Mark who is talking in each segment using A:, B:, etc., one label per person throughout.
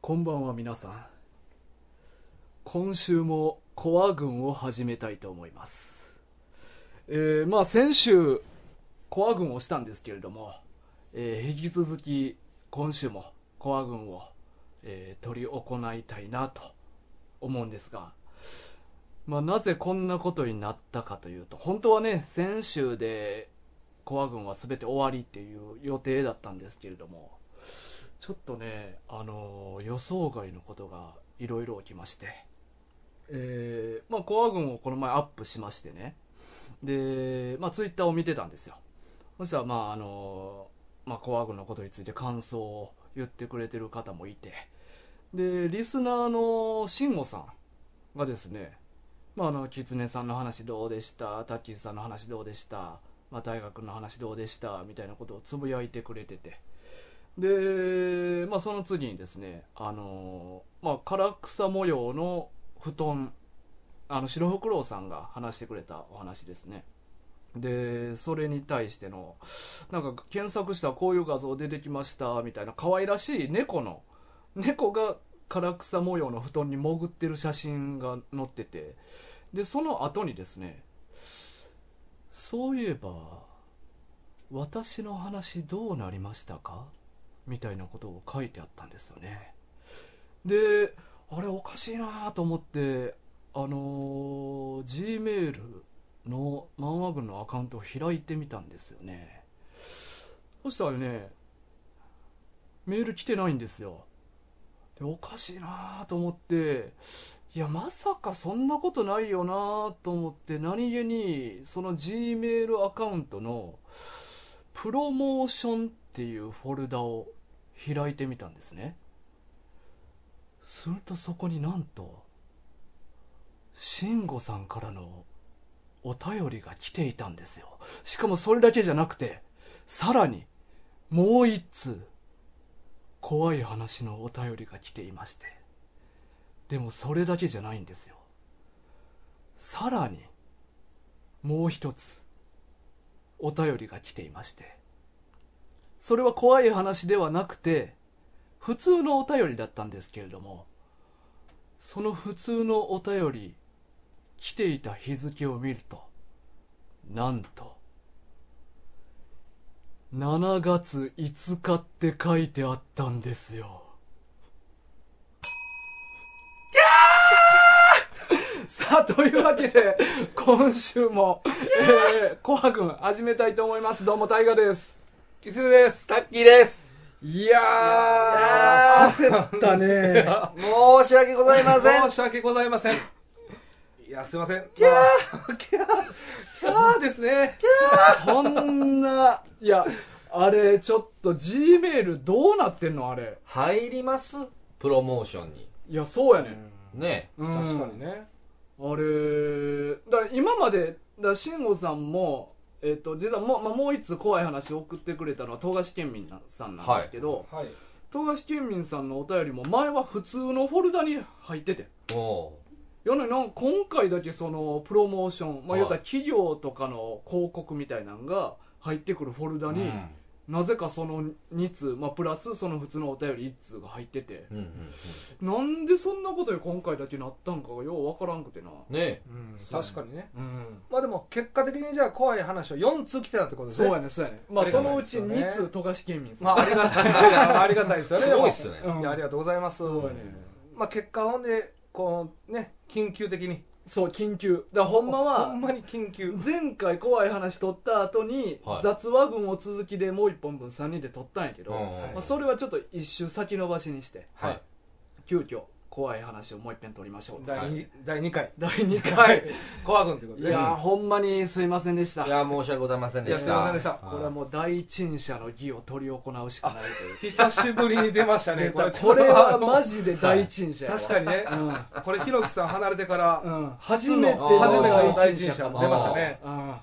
A: こんばんは皆さん今週もコア軍を始めたいと思いますえーまあ先週コア軍をしたんですけれども、えー引き続き今週もコア軍を、えー、取り行いたいなと思うんですがまあ、なぜこんなことになったかというと本当はね先週でコア軍は全て終わりっていう予定だったんですけれどもちょっとね、あのー予想外のことがいろいろ起きまして、えーまあ、コア軍をこの前アップしましてね、で、まあ、ツイッターを見てたんですよ。そしたら、まあ、あのーまあ、コア軍のことについて感想を言ってくれてる方もいて、で、リスナーの慎吾さんがですね、まあ、あの、キツネさんの話どうでしたタッキーさんの話どうでしたまあ、大学の話どうでしたみたいなことをつぶやいてくれてて、で、まあ、その次にですね、あのまあ、唐草模様の布団、あの、白フクロウさんが話してくれたお話ですね。で、それに対しての、なんか検索したらこういう画像出てきました、みたいな可愛らしい猫の、猫が唐草模様の布団に潜ってる写真が載ってて、で、その後にですね、そういえば、私の話どうなりましたかみたいなことを書いてあったんですよねであれおかしいなと思ってあのー Gmail の漫画軍のアカウントを開いてみたんですよねそしたらねメール来てないんですよでおかしいなと思っていやまさかそんなことないよなと思って何気にその Gmail アカウントのプロモーションっていうフォルダを開いてみたんですねするとそこになんと慎吾さんからのお便りが来ていたんですよしかもそれだけじゃなくてさらにもう一通怖い話のお便りが来ていましてでもそれだけじゃないんですよさらにもう一つお便りが来ていましてそれは怖い話ではなくて普通のお便りだったんですけれどもその普通のお便り来ていた日付を見るとなんと7月5日って書いてあったんですよさあ、というわけで、今週も、えー、紅白始めたいと思います。どうも、大河です。
B: キスです。タッキーです。
A: いや
B: あ
A: ー、焦ったね。
B: 申し訳ございません。
C: 申し訳ございません。いや、すいません。
B: キャ
C: さあですね。
A: そんな、いや、あれ、ちょっと、G メールどうなってんのあれ。
B: 入りますプロモーションに。
A: いや、そうやねん。
B: ね
A: うん
C: 確かにね。
A: あれだ今までだ慎吾さんも、えっと実はも,、まあ、もう一つ怖い話を送ってくれたのは東樫県民さんなんですけど、
C: はい。
A: 富樫県民さんのお便りも前は普通のフォルダに入ってて
B: おう
A: やのになんか今回だけそのプロモーション、まあ、
B: はい
A: 言うたら企業とかの広告みたいなのが入ってくるフォルダに、
B: うん
A: なぜかその2通、まあ、プラスその普通のお便り1通が入ってて
B: うんうん
A: なんでそんなことに今回だけなったんかがようわからんくてな
B: うん。ね
C: うん、確かにね。
A: うん
C: まあでも、結果的にじゃあ怖い話を4通来てたってことです
A: そ
C: ね。
A: うやねそうやねまあ
C: あり
A: そ
C: がた
A: の
C: いうで
A: ち
C: すよね
A: 2通富樫県民さん、
C: まあ、ありが たい。ありがたいですよね。
B: すごいっすね
C: でも
A: うん
C: いや、ありがとうございます。
A: そうやね
C: まあ、結果ほんで、こう、ね、緊急的に。
A: そう緊急だからほんまは
C: ほんまに緊急。
A: 前回怖い話撮った後に、
B: はい
A: 雑話群を続きでもう1本分3人で撮ったんやけ
B: え。
A: ど、
B: うんうん
A: まあ、それはちょっと一周先延ばしにして
B: はい。
A: 急遽怖い話をもう一遍撮りましょう
C: 第
B: は
C: 2、第二回。
A: 第2回
C: コア軍ということ
A: い
C: で。
A: やーほんまにすいませんでした
B: いや、申し訳ございません
C: い
B: で
C: や
B: した。
C: すいませんでした。
A: これはもう第一人者の儀を執り行うしかない
C: 久しぶりに出ました
A: とい
C: ね。
A: うこれこれはマジで第一人者やわ
C: 確かにね、これひろきさん離れてから、
A: うん初めて
B: 初
C: 初めて
A: の
C: の
A: 第
C: 第
A: 一人
C: 一
A: 者
C: 人者
A: かも
C: も出ましたね
A: ああ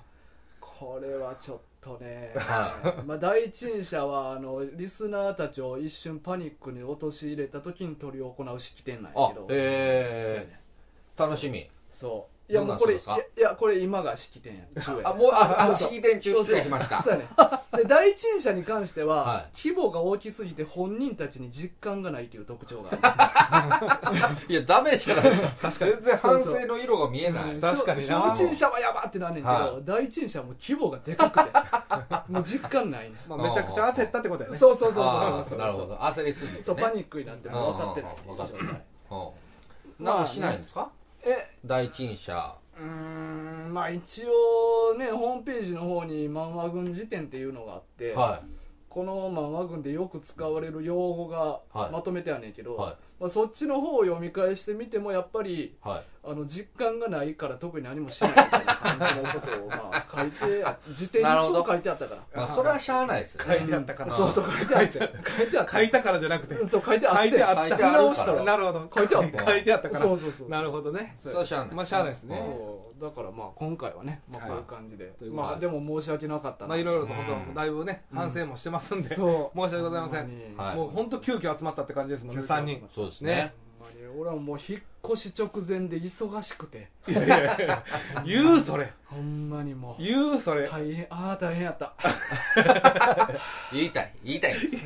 A: これはちょっとね、
B: は
A: まあ、第一人者はあのリスナーたちを一瞬パニックに陥れた時に取り行う式典なんや
B: あ
A: けど、、
B: え
A: え
B: え。楽しみ。
A: そいや
B: どん
A: も
B: な
A: うんこれい
B: するん
A: や
B: です
A: いやこれ今が式典や中や
B: あ、もう、あ、あ
A: そうそう
B: 式典中
A: そう
B: 失
A: そう
B: 礼しました。
A: そうやね で第一印者に関しては、
B: は
A: 規模が大きすぎて本人たちに実感がないという特徴があ
B: いや、ダメじゃな いですか。
C: 確かに
B: 全然反省の色が見えな
A: る
B: い。
C: 確かにな
A: 小小印者はやばってなんねんけど、
B: はい
A: 第一印者はもう規模がでかく てもう実感ないね
C: まあ、めちゃくちゃ焦ったってことやね
A: そうそうそう
B: あ
A: そうそ
B: ー
A: う
B: なるほど。焦りすぎてね。
A: そうパニックになってもう分かってないっていう状
B: うんうん
A: 態
B: うんなんかしないんですか
A: え
B: 第一印者。
A: うーんまあ一応ねホームページの方に漫画軍辞典っていうのがあって、
B: は
A: この漫画軍でよく使われる用語が
B: はい
A: まとめてあんねんけ
B: い。
A: ど、
B: は
A: まあ、そっちの方を読み返してみてもやっぱり
B: い。はい。
A: あの実感がないから特に何もしないみたいな感じのことをまあ書い てあ辞典に
B: なるほ
A: そ
B: ど
A: う書いてあったから
B: まあ、それはしゃあないですよ
C: 書い
B: ね。
C: てあったから
A: そうそう書いてあった書いてあった
C: 書いたからじゃなくて
A: うんそう書いてあっ
C: 書
A: て
C: いてあっ
B: 書い
C: た
B: てあるから
A: 直したら
C: なるほど
A: 書いてあった
C: 書いてあったから
A: そうそうそう
C: なるほどね
B: それはしゃあない。
C: まあしゃあないですね
A: そうだからまあ今回はね、まあ、
C: はい
A: こういう感じで、
C: ということで
A: まあでも申し訳なかったな
C: まあいろいろと本
B: うん
C: 当だいぶね
A: うん
C: 反省もしてますんで、
A: そう
C: 申し訳ございませ
A: ほ
C: ん
A: んま
B: は
A: に
B: い
C: もう本当急遽集まったって感じですもんね3人
B: そうです
C: ね
B: ね。
A: ほんまに俺はもう引っ越し直前で忙しくて
C: いやいやいや言うそれ
A: ほんまにもう
C: 言うそれ
A: 大変ああ大変やった
B: 言いたい。言いた いんですよ。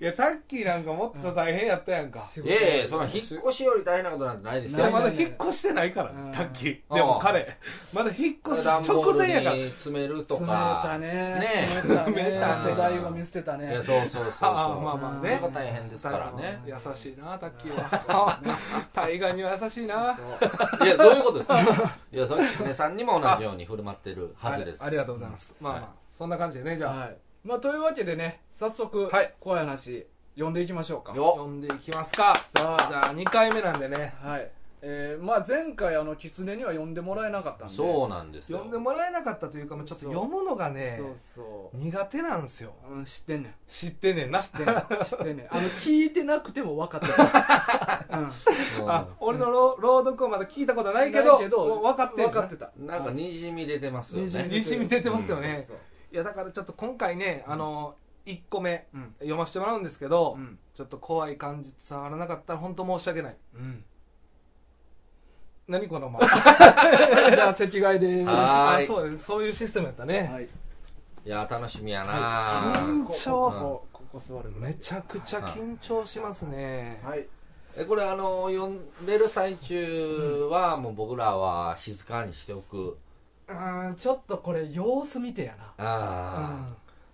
C: いやタッキーなんかもっと大変やったやんか、
B: いやいや、その引っ越しより大変なことなんてないで
A: う
B: す
C: い
A: ん
B: よ
C: や。
A: な
C: ま
A: い
C: だ引っ越してないから、
A: うん
C: タッキーでも彼まだ引っ越し直前やから
B: に詰めると
A: 詰め
B: か
A: た。ね
B: ね
A: 詰めたね
C: 詰めたね
A: 世代を見捨てた
B: いや、
A: ね
B: そうそうそうそう。
C: ああまあま
A: あね
B: それが大変ですからね。
C: 優しいなタッキーは対岸には優しいな
B: うんいや、どういうことですかいや、それ、狐さんにも同じように振る舞ってるはずです。
C: ありがとうございますまあまあ、
B: はい
C: そんな感じでねじゃあ、
A: はいまあというわけでね早速
C: はい
A: 怖い話読んでいきましょうか
B: よ
C: 読んでいきますか
A: さあ
C: じゃあ2回目なんでね
A: はいえーまあ前回あの狐には呼んでもらえなかったんで
B: そうなんですよ
C: 読んでもらえなかったというかもうちょっと読むのがね
A: そうそ
C: 苦手なんですよ
A: う、うん、知ってんねん
C: 知ってんねんな
A: 知ってんねん知ってんねんあの聞いてなくても分かって た、うん、
B: うん
C: あ俺の朗朗読をまだ聞いたことないけど
A: ないけど
C: もう分かってんねん
A: 分
C: な
A: かってた
B: なんかにじみ出てますよ
A: にじみ
B: ね
A: 出てる
C: にじみ出てますよね、
A: そうそう
C: いやだからちょっと今回ね、あの1個目
A: うん
C: 読ませてもらうんですけど、
A: うん
C: ちょっと怖い感じ伝わらなかったら本当申し訳ない
A: うん
C: 何この ま
A: じゃあ席替えでーす
B: はーい
C: そうそういうシステムやったね、
A: い
B: いや楽しみやな、
C: 緊
A: こ
C: 張
A: こここ座るぐらい
C: めちゃくちゃ緊張しますね、
A: はい
B: えこれあの読んでる最中は、もう僕らは静かにしておく
A: うーんちょっとこれ様子見てやな
B: あ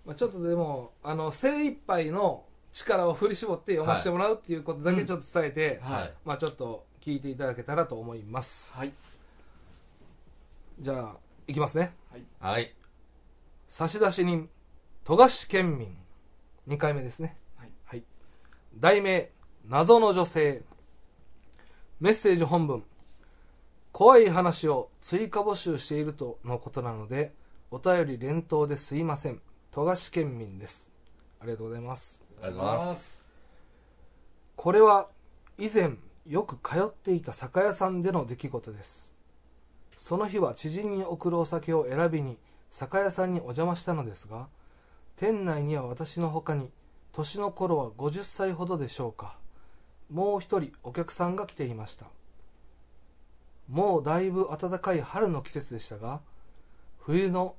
C: まあ、ちょっとでもあの精一杯の力を振り絞って読ませてもらうっていうことだけちょっと伝えて、
B: あ、
A: はい
B: はい
C: まあ、ちょっと聞いていただけたらと思います、
A: はい
C: じゃあいきますね
B: はい
C: 差出人富樫県民2回目ですね
A: はい、
C: 題名謎の女性メッセージ本文怖い話を追加募集しているとのことなのでお便り連投ですいません富樫県民ですありがとうございます
B: ありがとうございます
A: す
C: これは以前よく通っていた酒屋さんでの出来事ですその日は知人に送るお酒を選びに酒屋さんにお邪魔したのですが店内には私の他に年の頃は50歳ほどでしょうかもう一人お客さんが来ていましたもうだいぶ暖かい春の季節でしたが冬の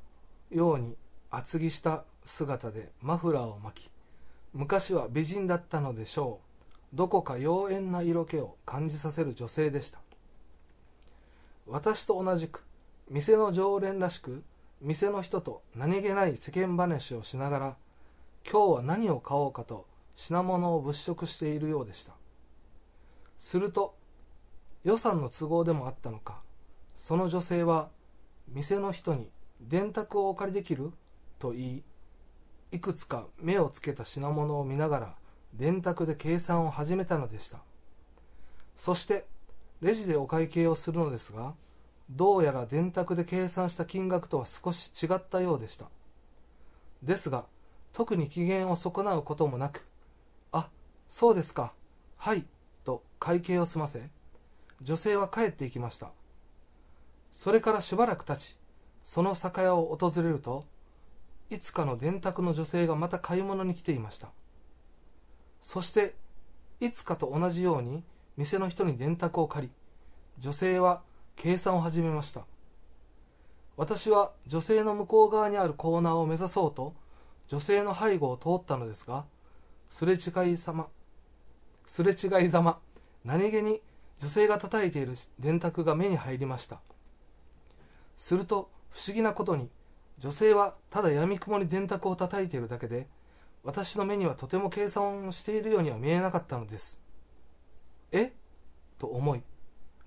C: ように厚着した姿でマフラーを巻き昔は美人だったのでしょうどこか妖艶な色気を感じさせる女性でした私と同じく店の常連らしく店の人と何気ない世間話をしながら今日は何を買おうかと品物を物色しているようでしたすると予算の都合でもあったのかその女性は店の人に「電卓をお借りできる?」と言いいくつか目をつけた品物を見ながら電卓で計算を始めたのでしたそしてレジでお会計をするのですがどうやら電卓で計算した金額とは少し違ったようでしたですが特に機嫌を損なうこともなく「あそうですかはい」と会計を済ませ女性は帰っていきましたそれからしばらく経ちその酒屋を訪れるといつかの電卓の女性がまた買い物に来ていましたそしていつかと同じように店の人に電卓を借り女性は計算を始めました私は女性の向こう側にあるコーナーを目指そうと女性の背後を通ったのですがすれ違いざますれ違いざま何気に女性が叩いている電卓が目に入りましたすると不思議なことに女性はただ闇雲に電卓を叩いているだけで私の目にはとても計算をしているようには見えなかったのですえと思い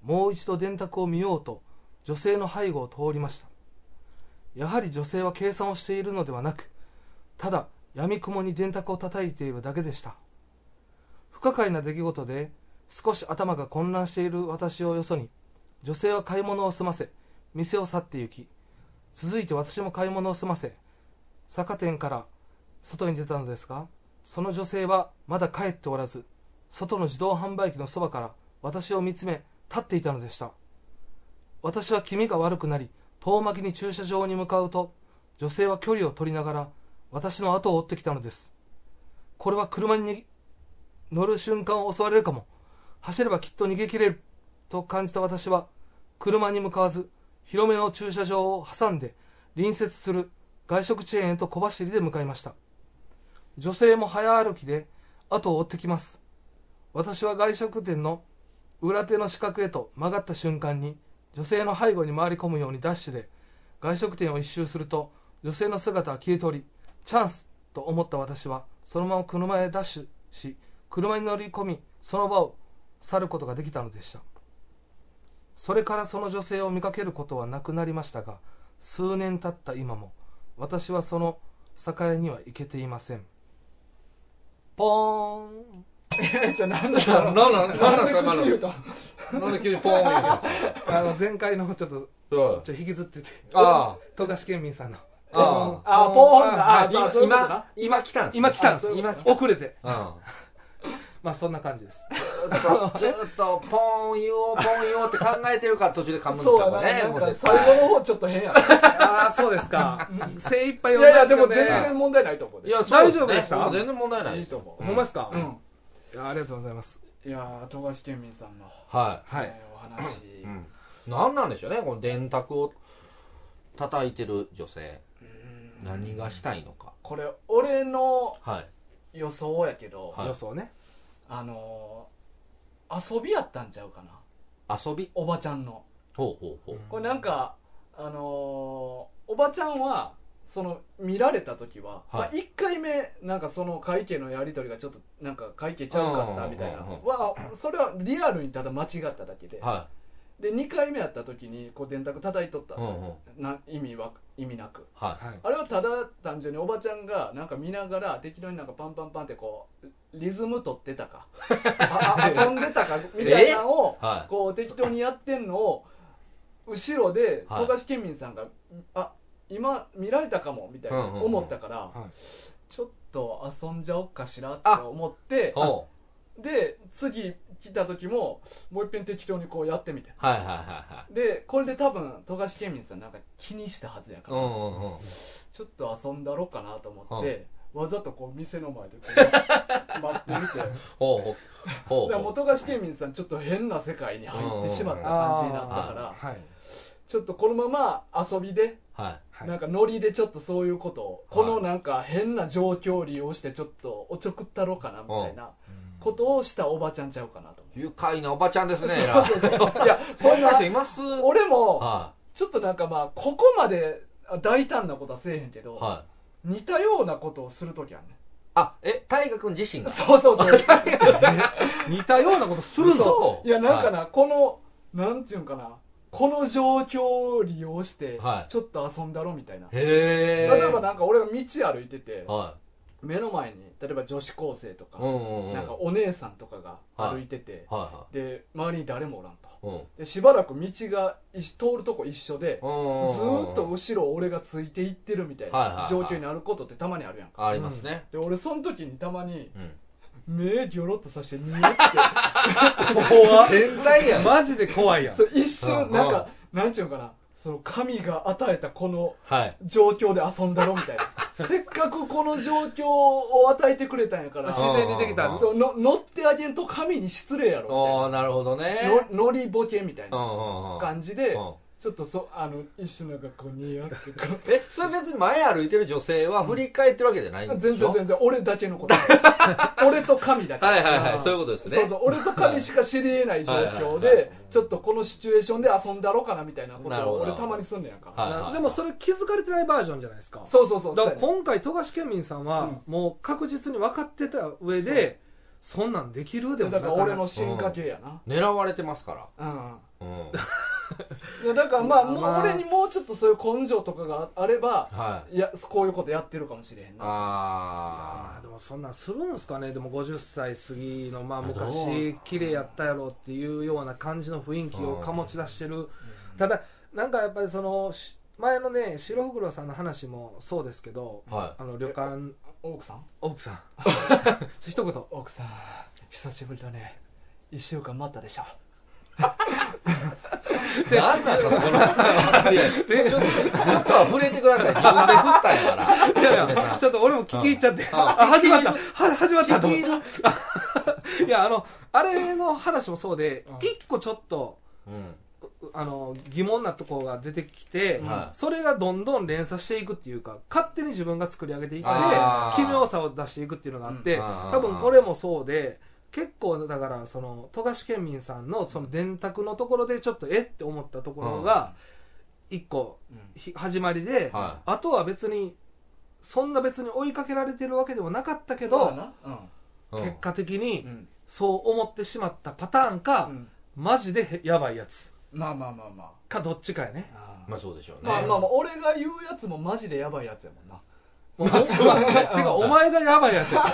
C: もう一度電卓を見ようと女性の背後を通りましたやはり女性は計算をしているのではなくただ闇雲に電卓を叩いているだけでした不可解な出来事で少し頭が混乱している私をよそに女性は買い物を済ませ店を去って行き続いて私も買い物を済ませ酒店から外に出たのですがその女性はまだ帰っておらず外の自動販売機のそばから私を見つめ立っていたのでした私は気味が悪くなり遠巻きに駐車場に向かうと女性は距離を取りながら私の後を追ってきたのですこれは車に乗る瞬間を襲われるかも走ればきっと逃げ切れると感じた私は車に向かわず広めの駐車場を挟んで隣接する外食チェーンへと小走りで向かいました女性も早歩きで後を追ってきます私は外食店の裏手の四角へと曲がった瞬間に女性の背後に回り込むようにダッシュで外食店を一周すると女性の姿は消えておりチャンスと思った私はそのまま車へダッシュし車に乗り込みその場を去ることができたのでしたそれからその女性を見かけることはなくなりましたが数年経った今も私はその酒屋には行けていませんポーン
A: じゃあ なんだ
B: な
A: ろ
B: ん
A: う
B: なんなんなんそれ
A: なんで口言うた
B: なんで急にポーン言うたんですか
C: あの前回のちょっと
B: そう
C: ちょっと引きずってて
B: あ
C: 富樫県民さんの
B: あああ
A: あポーンだ
B: あ
A: あそう
B: 今
A: そういうことな
B: 今今来たんです
C: 今来たんです
A: あそういう
B: 今来た
C: 遅れて
B: うん
C: まあそんな感じです
B: ずっとずっとポーン言おうポーン言おうって考えてるから途中で噛むんです
A: そうや
B: よ
A: な
B: ね
A: なん
B: もう
A: か
B: 絶対
A: 最後の方ちょっと変やな
C: ああそうですか 精一杯
A: い
C: 読ん
A: やいや
C: だんで
A: です
C: け
A: も
C: ど
A: 全
C: ね
A: 然問題ないと思う
B: い
A: で
B: やそう
C: 大丈夫でした
B: もう全然問題ない
A: い
B: で
A: い
B: す
A: と思
C: ほんまですか
A: ううん
C: いやありがとうございます
A: いやー富樫県民さんの
B: は
C: はい
A: えーお話
B: い、うん、何なんでしょうねこの電卓を叩いてる女性何がしたいのか
A: これ俺の
B: はい
A: 予想やけど、
B: はい
C: 予想ね
A: あのー遊びやったんちゃうかな
B: 遊び
A: おばちゃんの
B: ほうほうほう
A: これなんかあのーおばちゃんはその見られた時は、
B: はい
A: まあ、1回目なんかその会計のやり取りがちょっとなんか会計ちゃうかったみたいな
B: うんうんうんうん
A: はそれはリアルにただ間違っただけで
B: は
A: で2回目やった時にこう電卓叩いとった
B: いうんうん
A: な意味は意味なく
B: は
C: はい
A: あれはただ単純におばちゃんがなんか見ながら適当になんかパンパンパンってこうリズム取ってた かああ遊んでたかみたいなのを
B: いは
A: こう適当にやってんのを後ろで
B: はい
A: 富樫県民さんが「あ今見られたかも」みたいな
B: うんうんうん
A: 思ったから
C: はい
A: ちょっと遊んじゃおっかしらって思って
B: いほう
A: で次来た時ももう一遍適当にこうやってみて
B: はいはいはいはい
A: でこれで多分富樫県民さんなんか気にしたはずやか
B: う
A: ら
B: んうんうん
A: ちょっと遊んだろうかなと思って、わざとこう店の前でこう待ってみてだか
B: ほうほうほう
A: ら
B: ほう
A: 元菓子県民さんちょっと変な世界に入ってしまった感じになったから
C: はい
A: ちょっとこのまま遊びで
B: はい
C: はい
A: なんかノリでちょっとそういうことをこ
B: は
A: の
B: い
A: なんか変な状況を利用してちょっとおちょくったろうかなみたいなことをしたおばちゃんちゃうかなと
B: 愉快なおばちゃんですねえら
A: 思
B: い
A: ってそうそうそういやそ
B: そ
A: ん
B: んな
A: な
B: 人いますは
A: 俺も
B: い
A: ちょっとなんかまあここまで大胆なことはせえへんけど
B: はい
A: 似たようなことをするときはね
B: あえ大河君 自身が
A: そうそうそう
C: 似たようなことするぞ
B: 嘘
A: いやなんかな、このなんていうんかなこの状況を利用して
B: はい
A: ちょっと遊んだろみたいな、
B: へえ
A: 例えばなんか俺が道歩いてて
B: は
A: 目の前に例えば女子高生と
B: いうん
A: か、
B: うんうん
A: なんかお姉さんとかが歩いてて、
B: は
A: で周りに誰もおらんと
B: いはい
A: でしばらく道が一通るとこ一緒で
B: うん
A: ずーっと後ろ俺がついていってるみたい
B: はいはいは
A: ない状況になることってたまにあるやんか
B: ありますね
A: で俺その時にたまに
B: うん
A: 目ギョロッとさしてニヤって
C: 怖っ
B: 変態やん
C: マジで怖いやん
A: そう一瞬
B: うん
A: なんかなんちゅうのかなその神が与えたこの
B: はい
A: 状況で遊んだろみたいなせっかくこの状況を与えてくれたんやから
C: 自然にできた
B: あー
A: そうの乗ってあげんと神に失礼や
B: あ
A: ろ
B: あなるほどね
A: みたいなの乗りボケみたい
B: うんう
A: なん
B: うん
A: 感じで
B: うん
A: ちょっとそあの一緒の学校にやって こう
B: えそれ別に前歩いてる女性は振り返ってるわけじゃないんでしょ
A: 全然全然俺だけのこと 俺と神だけ
B: はいはいは
A: あ
B: い
A: ー
B: そういうことですね
A: そうそう俺と神しか知りえない状況
B: はいはいはいはい
A: でちょっとこのシチュエーションで遊んだろうかなみたいなこ
B: なる
A: と
B: ほ
A: を
B: ど
A: 俺たまにすんねやんか、
B: はいはい
C: でもそれ気づかれてないバージョンじゃないですか
A: そうそうそう
C: だから
A: そうやね
C: 今回富樫県民さんはもう確実に分かってた上でそんなんできるでも
A: だ
C: な
A: か
C: からなか
A: 俺の進化系やな、
B: 狙われてますか
A: うん
B: らうん
A: いやだからまあ、もう
C: まあ
A: 俺にもうちょっとそういう根性とかがあれば
B: はい
A: いやこういうことやってるかもしれへんな
B: あ
C: あーでもそんなんするんですかねでも50歳過ぎのまあ
B: どう
C: 昔綺麗やったやろっていうような感じの雰囲気を醸し出してるただなんかやっぱりそのし前のね白袋さんの話もそうですけど
B: あは
C: あの旅館
A: 奥さん
C: 奥さん それ一言
A: 奥さん久しぶりだね1週間待ったでしょ
B: いなんなんすかそこのいやちょっとちょっとは触れてください自分で振ったんやから
C: いやい
B: 娘さ
C: や
B: ん
C: ちょっと俺も聞き入っちゃって
B: あ
C: あ始まったは始まったと思った いやあのあれの話もそうで
A: うん
C: 一個ちょっと
B: うん
C: うあの疑問なところが出てきて、
B: はい
C: それがどんどん連鎖していくっていうか勝手に自分が作り上げていって
B: あー
C: 奇妙さを出していくっていうのがあって、
B: うんあー
C: 多分これもそうで結構だからその富樫県民さんのその電卓のところでちょっとえって思ったところが一個
A: うん
C: ひ始まりで、
B: は
C: あとは別にそんな別に追いかけられてるわけでもなかったけど、
A: なうん
B: うん
C: 結果的
A: う
C: に
A: ん
C: そう思ってしまったパターンか、
A: うん
C: マジでへやばいやつ
A: まあまあまあま
C: かどっちかやね。
A: ああ
B: まあそうでしょうね
A: まあまあまあ俺が言うやつもマジでやばいやつやもんな
C: もうそうですね。てか、お前がやばいやつやか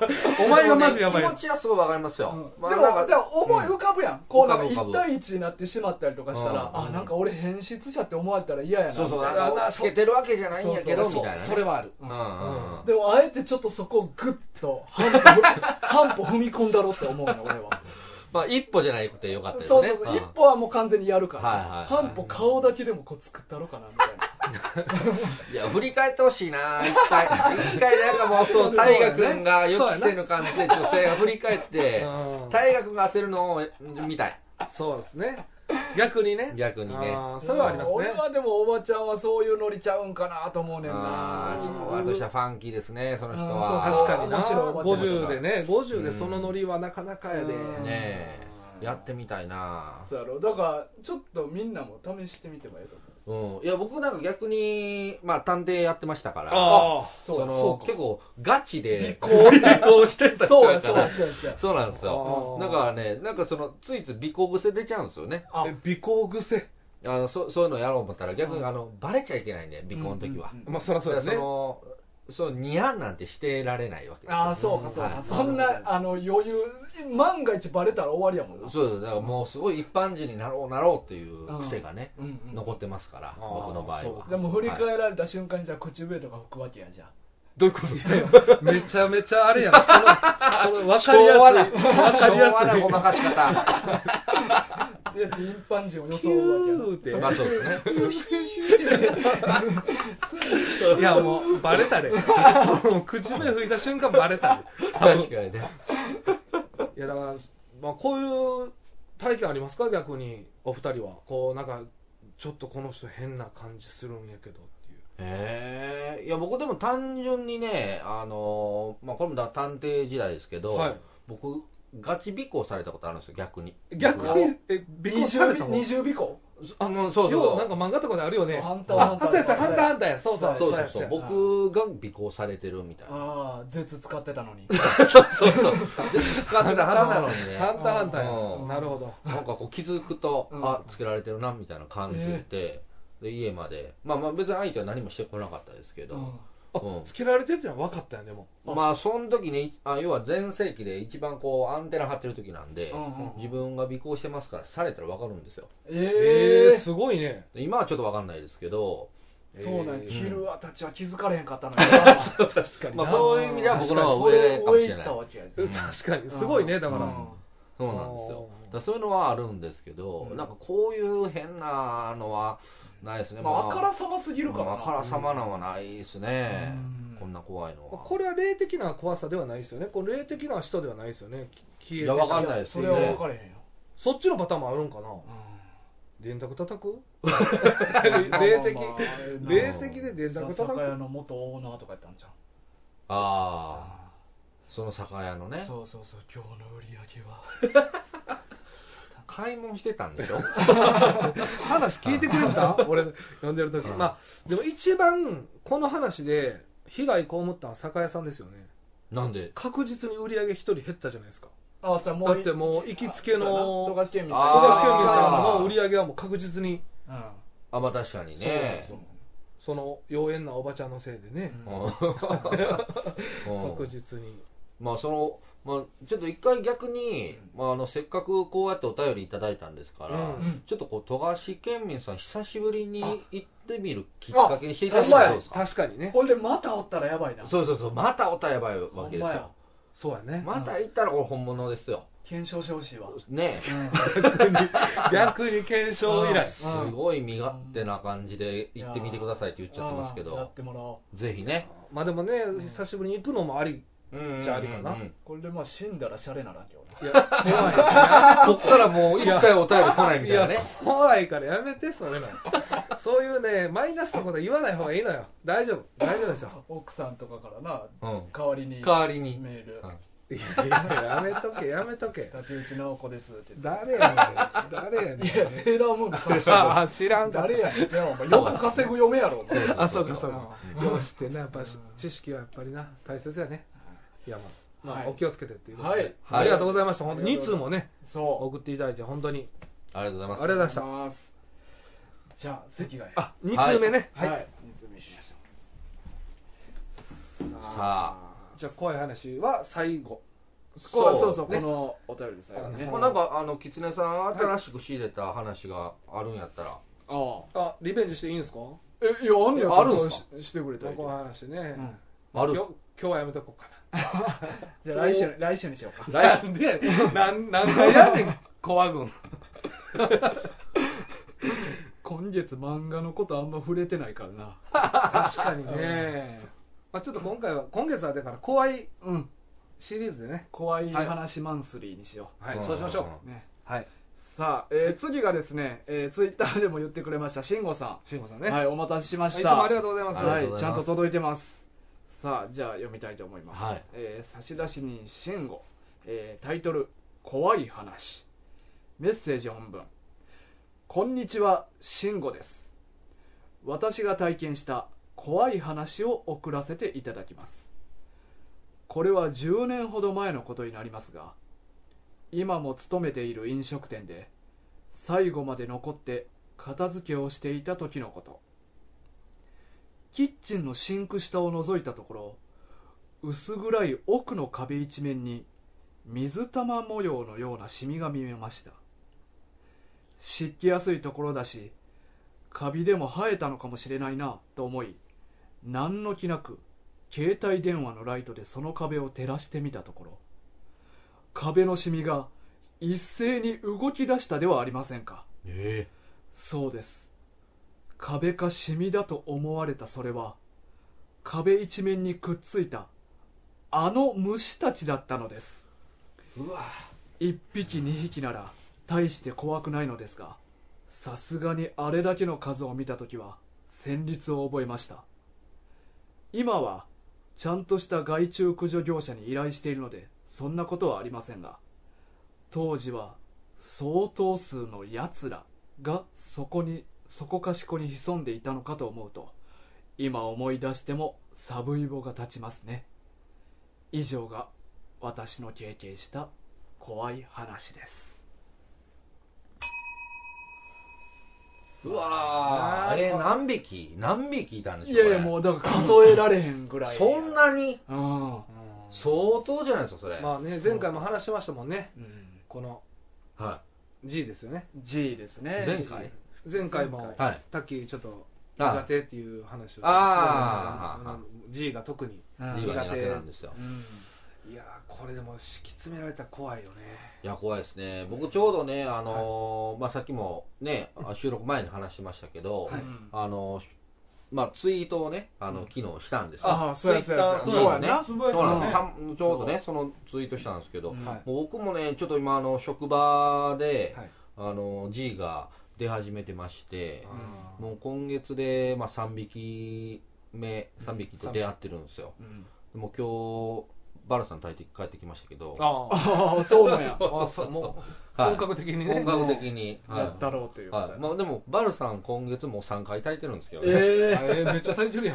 C: ら。お前がマジや
B: でも
C: ばい
B: ね
C: や
B: 気持
C: つ。
B: ちはすごいわかりますよ
A: でも
B: まあ
A: で
B: なんか
A: も思い浮かぶやんこうなんか
B: 浮か
A: 1
B: ぶ浮かぶ
A: 対1になってしまったりとかしたら
B: うん
A: あなんか俺変質者って思われたら嫌やな
B: そうそう
A: みた
B: ないん
A: な
B: かつけてるわけじゃないんやけどみ
C: そ
B: たいなね
C: それはある。
B: うんうんうん
A: でもあえてちょっとそこをグッと半歩半歩踏み込んだろって思うの俺は
B: まあ一歩じゃなくてよかったですね
A: そうそうそう、
B: ん
A: 一歩はもう完全にやるから、
B: はいはいはい
A: 半歩顔だけでもこう作ったろかなみたいな
B: いや、振り返ってほしいな、一回。一回なんかもう、そう、
C: そうだね
B: 大河君が予期せぬ感じで女性が振り返って、
C: うん
B: 大河君が焦るのを見たい。
C: そうですね。逆にね。
B: 逆にね。
C: あーそれはあります
A: 俺
C: ね。
A: はでもおばちゃんはそういうノリちゃうんかなと思うねん
B: あ
A: な
B: あ、そこはとしたらファンキーですね、その人
A: うん
B: は。
A: そうそう
C: 確かにな。
A: 面白い面白い
C: 50でね、50でそのノリはなかなかやで。
A: うん
B: ねえ。やってみたいな
A: そうやろだからちょっとみんなも試してみてもええと
B: うん。いや、僕なんか逆に、まあ、探偵やってましたから、
C: あ
A: 思う
B: そ
C: そう
B: の、
C: か
B: 結構、ガチで、
C: こういうこうしてた。
A: そうやそうやそうやそうや
B: そうなんですよ。
C: あ
B: だ
C: ー
B: からね、なんかその、ついつい尾行癖出ちゃうんですよね。
A: あ
C: え尾行癖。
B: あの、そそういうのやろう思ったら、逆
A: う
B: に、
A: ん
B: あの、バレちゃいけないんで、尾行の時は
A: うん。うんうん
C: まあ、そらそうや
B: そ
C: ね。
B: のそのニヤンなんてしてられないわけですよ
A: ああそうかそう
B: は
A: か
B: い
A: そんなあの余裕万が一バレたら終わりやもんな
B: そうですだからもうすごい一般人になろうなろうっていう癖がね、
A: うんうん
B: 残ってますから
C: あー
B: 僕の場合
C: そう
B: は
A: で
C: か
A: も振り
B: はい
A: 返られた瞬間にじゃあ口笛とか吹くわけやじゃん
B: どういうこと
C: めちゃめちゃあ れやん。その、その、わかりやすい。
B: 昭和な
C: わかりや
B: 昭和
C: す
B: ないご。まかし方
A: で一般人を
C: キ
A: 装うわ
C: ューっ
A: け
C: て
A: や
B: まあそうですね
C: いやもうバレたでその口笛吹いた瞬間バレたで
B: 確かにね
C: いやだから、まあ、こういう体験ありますか逆にお二人はこうなんかちょっとこの人変な感じするんやけどっていう
B: ええいや僕でも単純にねあのーまあこれもだ探偵時代ですけど、
C: はい
B: 僕ガチ尾行されたことあるんですよ逆に
C: 逆にえびっくりされた方
A: 二重尾行
B: あのそうそう
C: ようなんか漫画とかであるよね
A: そうハンターハ
C: あ
A: ンター
C: あそうやそうやハンターハンターやそうそう
B: そう
C: や
B: そうそう
C: や
B: 僕が尾行されてるみたいな
A: ああ絶使ってたのに
B: そうそうそう全然使ってたはずなのに
C: ハ
B: ね
C: ンターハンター
B: う
C: や
B: ん
C: なるほど
B: なんかこう気づくと、
A: うん
B: あつけられてるなみたいな感じで、で家までまあまあ別に相手は何もしてこなかったですけど、うん
C: つけられてるってのは分かったよねも
B: まあその時にあ要は全盛期で一番こうアンテナ張ってる時なんで、
A: うんうんうん
B: 自分が尾行してますからされたら分かるんですよ
C: う
A: え
C: え
A: え
C: ー、すごいね
B: で今はちょっと分かんないですけど、
A: そうなんや
C: えー
A: キルアたちは気づかれへんかった のに
C: 確かにな
B: まあ、そういう意味では僕の方が
A: それ
B: 上
A: を
B: かも
A: 追
B: し
A: い
B: れない
A: たわけやで
C: 確かにすごいねだか
A: う
C: ら
A: ん
B: そそうなんですよ
C: あー
B: だからそういうのはあるんですけど、
A: うん
B: なんかこういう変なのはないですね、
A: まあ、あからさますぎるからな、
B: あからさまなのはないですね、
A: うん
B: こんな怖いのは
C: これは霊的な怖さではないですよねこれ霊的な人ではないですよねき消え
B: いやわかんないです
A: そ
B: よ
A: れ
B: ね
A: は分かれへんよ、
C: そっちのパターンもあるんかな電卓叩く霊的霊的で電卓叩
A: 酒屋
C: く
A: の元オーナーとかやったんじゃん
B: ああその酒屋のね
A: そうそうそう今日の売り上げは
B: 買い物してたんでしょ
C: 話聞いてくれた俺呼んでる時
B: うん
C: まあでも一番この話で被害被ったのは酒屋さんですよね
B: なんで
C: 確実に売り上げ一人減ったじゃないですか
A: あそれも
C: だってもう行きつけの
A: 富樫県民
C: 富
B: あ
C: 樫
B: ー
C: 県民さんの売り上げはもう確実に
A: うん
B: あまあ確かに
C: そうなんで
B: ね
C: すよその妖艶なおばちゃんのせいでね、
B: うん
C: 確実に
B: まあそのまあ、ちょっと一回逆に、まあ、あのせっかくこうやってお便りいただいたんですから、
C: うん
B: ちょっとこう富樫県民さん久しぶりに行ってみるきっかけにしていただい
C: 確
B: たら
C: か
B: どう
C: に
B: ですか
C: 確かにね
A: これでまたおったらやばいな
B: そうそうそうまたおたやばいわ
A: ほ
B: けです
A: んまや
B: よ
C: そうやね
B: また行ったらこれ本物ですよ
A: 検証してほしいわ
B: ねえ
C: 逆に検証以来
B: すごい身勝手な感じで行ってみてくださいって言っちゃってますけ
A: うんや
B: ど
A: ってもらおう
B: ぜひね
C: まあでもね久しぶりに行くのもありじゃあありかな
B: うんうんうん
A: これでまあ死んだらシャレならんけどない
C: や怖
B: こっからもう一切お便り来ない
C: い
B: み
C: い
B: た
C: や
B: いなね
C: 怖いからやめてそれなそういうねマイナスなことは言わない方がいいのよ大丈夫大丈夫ですよ
A: 奥さんとかからな
B: うん
A: 代わりにメ
B: 代わりに
A: ール
B: うん
C: いやいややめとけやめとけ
A: 竹内直子ですって言っ
C: 誰やねん誰や
A: ていや
C: ね
A: セーラームーンの最
C: ん
A: 初の
C: あ知らんかっ
A: 誰やねんじゃあお前よく稼ぐ嫁やろお前
C: たあそうかそう
A: うん
C: かよう知ってんなやっぱし知識はやっぱりな大切やねいや まあ、
A: はい
C: まあ、お気をつけてっていうことで
A: はい
C: ありがとうございました本当
A: はい
C: に2通もね
A: そう
C: 送っていただいて本当に
B: ありがとうござい
C: あ
B: ま
C: り
B: す
C: がとうございました
A: ますじゃあ席が
C: あ2通目ね、
A: はい、
C: はい
A: 三つ目いきましょう
B: さ
A: さ
C: じゃあ怖い話は最後
A: あこれそうそう
C: ね
A: このお便りで最後ね
C: あ
B: まあ、なんかあの狐さん新しく仕入れた話があるんやったら、
A: ああ
C: あリベンジしていいんですかこ
A: えいやあんねや
B: あるんすか
A: そうししてくれたらいいけ
C: の
A: ど
C: 話ね、
A: うん
B: ある
C: 今日今日はやめとこうか
A: じゃあ来週来週にしようか
C: ななんで なん何回やんねん怖軍
A: 今月漫画のことあんま触れてないからな
C: 確かにね、まあ、ちょっと今回は今月はだから怖い
A: うん
C: シリーズでね
A: 怖い話マンスリーにしよ
C: はい、
B: ん
C: そうしましょう、
A: う、ね
C: はい
A: さあ、えー次がですね、えー、ツイッターでも言ってくれました慎吾さ
C: 慎吾さん
A: ん、
C: ね、、
A: はいいお待たせしまし
C: つ
A: た
C: もありがとうございます、
B: は
A: はいい、ちゃんと届いてますさあじゃあ読みたいと思います、
B: はい
A: えー差出人慎吾、えータイトル「怖い話」メッセージ本文「こんにちは慎吾です私が体験した怖い話を送らせていただきますこれは10年ほど前のことになりますが今も勤めている飲食店で最後まで残って片付けをしていた時のことキッチンのシンク下を覗いたところ薄暗い奥の壁一面に水玉模様のようなシミが見えました湿気やすいところだしカビでも生えたのかもしれないなと思い何の気なく携帯電話のライトでその壁を照らしてみたところ壁のシミが一斉に動き出したではありませんか
B: え
A: そうです壁かシミだと思われたそれは壁一面にくっついたあの虫たちだったのです
B: うわ
A: 一匹二匹なら大して怖くないのですがさすがにあれだけの数を見た時は戦慄を覚えました今はちゃんとした害虫駆除業者に依頼しているのでそんなことはありませんが当時は相当数のやつらがそこにそこかしこに潜んでいたのかと思うと今思い出してもサブイボが立ちますね以上が私の経験した怖い話です
B: うわ
C: あー
B: えー何匹何匹いたんでしょ
A: いうやいやも
B: う
A: うだから数えられへんぐらい
B: そんなに
A: うん、うん
B: 相当じゃないですかそれ、
C: まあね前回も話してましたもんねこの
B: は
C: G ですよね
A: G ですね
B: 前回
C: 前回も
B: いはい
C: さっきちょっと
B: あ
C: 苦手っていう話をしてました
B: あ
C: ね G が特に
A: うん
C: 苦手
B: G が苦手なんですよ
A: うん
C: いやーこれでも敷き詰められたら怖いよね
B: いや怖いですね僕ちょうどね、あのーまあ、さっきもねあ収録前に話しましたけど、
C: はい
B: あのーまあ、ツイートをねあの昨日したんですよ
A: ああそうやそうやそうや
B: そうやね
D: つぶやい
B: そう
D: た
B: なん
D: ね
B: ですたんちょうどねそのツイートしたんですけど、
A: うん
C: はい
B: もう僕もねちょっと今あの職場で、
C: はい
B: あの G が出始めてましてもう今月で、まあ、3匹目3匹と出会ってるんですよ、
A: うん
B: でも今日バラさん帰って帰ってきましたけど、
C: ああ
A: ああ そう なんや
C: あそうもう
B: はい
C: 本格的にね
B: 本格的に、
A: や
B: は
A: っ
B: い
A: たろうというこ
B: はい
A: と
B: まあ、でもバルさん今月もう3回炊いてるんですけどね、
A: え
C: あえーめっちゃ足りてる やん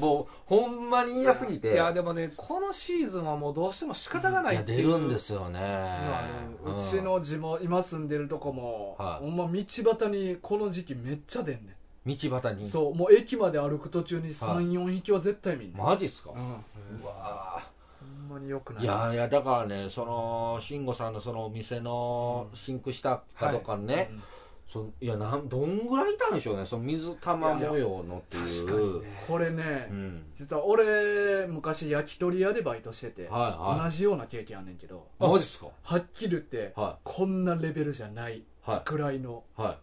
B: もうほんまに嫌すぎて
C: いやでもねこのシーズンはもうどうしても仕方がないい
B: や
C: って
B: 出
C: いう
B: るんですよね、
C: あ
A: えうちの地も今住んでるとこも
B: はい
A: ほんま道端にこの時期めっちゃ出んね
B: うん道端
A: ん
B: に
A: そうもう駅まで歩く途中に34匹は絶対見んねん
B: マジっすか、
A: うん
B: うわー
A: ほんまに良くない
B: いやいやだからねその慎吾さんのそのお店のシンクしたかとかね、
A: うん
B: そのいやなんどんぐらいいたんでしょうねその水玉模様のっていう
C: 確かにね
A: これね
B: うん、
A: 実は俺昔焼き鳥屋でバイトしてて
B: はいはい
A: 同じような経験あんねんけど
B: マジっすか
A: はっきり言って
B: は
A: こんなレベルじゃない
B: いは
A: ぐらいの
B: いは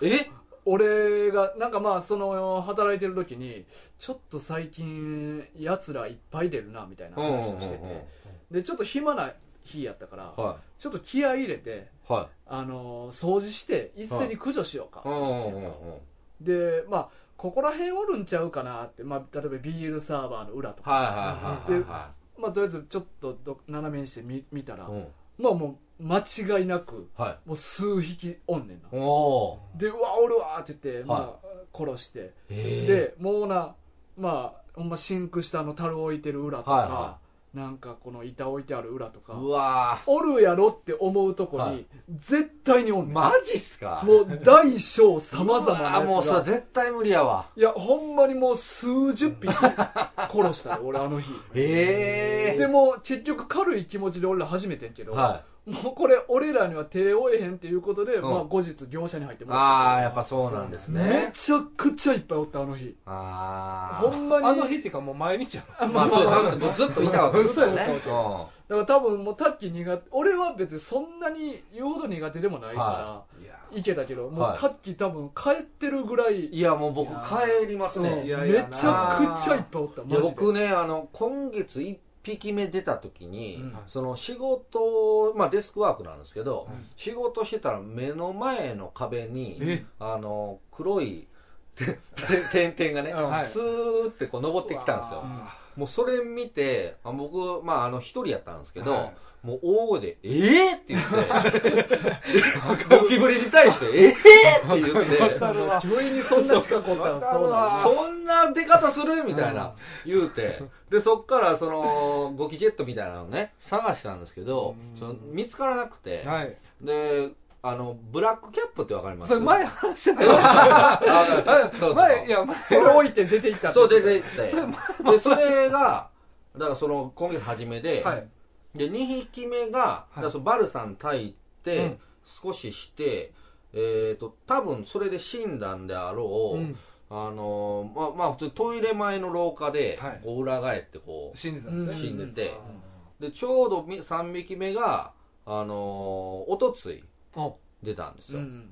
B: い え
A: 俺がなんかまあその働いてる時にちょっと最近やつらいっぱい出るなみたいな話をして
B: うんうんうん
A: てでちょっと暇な日やったから
B: は
A: ちょっと気合い入れて
B: いは
A: あのー掃除して一斉に駆除しよう
B: いう
A: か
B: んうんうんうん
A: でまあここら辺おるんちゃうかなって、まあ、例えばビールサーバーの裏とか、
B: はいはいはいはいは
A: まあ、とりあえずちょっとど斜めにしてみ見たら、
B: いうん
A: まあもう間違いなく
B: はい
A: もう数匹おんねんな
B: おお
A: でうわおるわーって言って、まあ、殺して
B: ーへえ
A: でもうなまあほんまシンク下の樽置いてる裏とか、
B: はいは
A: なんかこの板置いてある裏とか
B: うわ
A: おるやろって思うとこに、
B: はい
A: 絶対におん
B: ー
A: ねん、
B: マジっすか
A: もう大小さまざま
B: うわー
A: な
B: も
A: や
B: う
A: つ
B: さ
A: が
B: 絶対無理やわ
A: いやほんまにもう数十 匹殺したよ俺あの日
B: え
A: でも結局軽い気持ちで俺ら始めてんけど、
B: は
A: もうこれ俺らには手負えへんっていうことで、
B: うん
A: まあ、後日業者に入って
B: い
A: も
B: あ
A: ら
B: あ
A: っ
B: やっぱそうなんです
A: ため
B: ね
A: ちゃくちゃいっぱいおったあの日
B: あ
A: ほ
B: あ
A: んまに
C: あの日っていうかもう毎日やろ
B: まあそうですねずっといたわけですよね
A: そう
B: うんは
A: だから多分もうタッキー苦手俺は別にそんなに言うほど苦手でもないか
C: いや
A: らいけたけど、も
B: は
A: う
B: い
A: タッキー多分帰ってるぐらい、
B: いやもう僕帰ります
A: うん
B: ね
A: め
C: い
A: ち
C: や
A: ゃくちゃいっぱいおった
B: い
A: マ
B: や
A: ジで
B: 僕ねあの今月1匹目出た時に、
A: うん
B: その仕事、まあ、デスクワークなんですけど、
C: はい
B: 仕事してたら目の前の壁に
C: え
B: あの黒い てて点々がね、
A: うん
C: はい
B: スーってこう登ってきたんですよ
C: うわ
B: もうそれ見てあ僕、まあ、あの一人やったんですけど、
C: はい
B: もう大声で「えー!」って言っ てゴキブリに対して「えー!」って言って
C: わかるわ
A: 急にそんな近くおったらそうな
B: そんな出方するみたいな言うてでそっからそのゴキジェットみたいなのね探したんですけど
C: うん
B: その見つからなくて
C: はい
B: であのブラックキャップってわかります
C: それ前話してたよ
B: あそうそう
C: 前いや前
A: それ置いて出ていったって
B: そう出て行って
C: それ
B: でそれ がだからその今月初めで、
C: はい
B: で2匹目が、
C: い
B: だからそのバルさん炊いて、
C: うん
B: 少ししてえー、と多分それで死んだんであろう、
C: うん
B: あのーまあまあ普通にトイレ前の廊下で
C: はい
B: こう裏返ってこ
C: 死んでた
A: うんん
C: ですね
B: 死んでて
A: うん
B: うでちょうどみ3匹目があのーおとつい
C: お
B: 出たんです
A: うんう
B: よ、
A: ん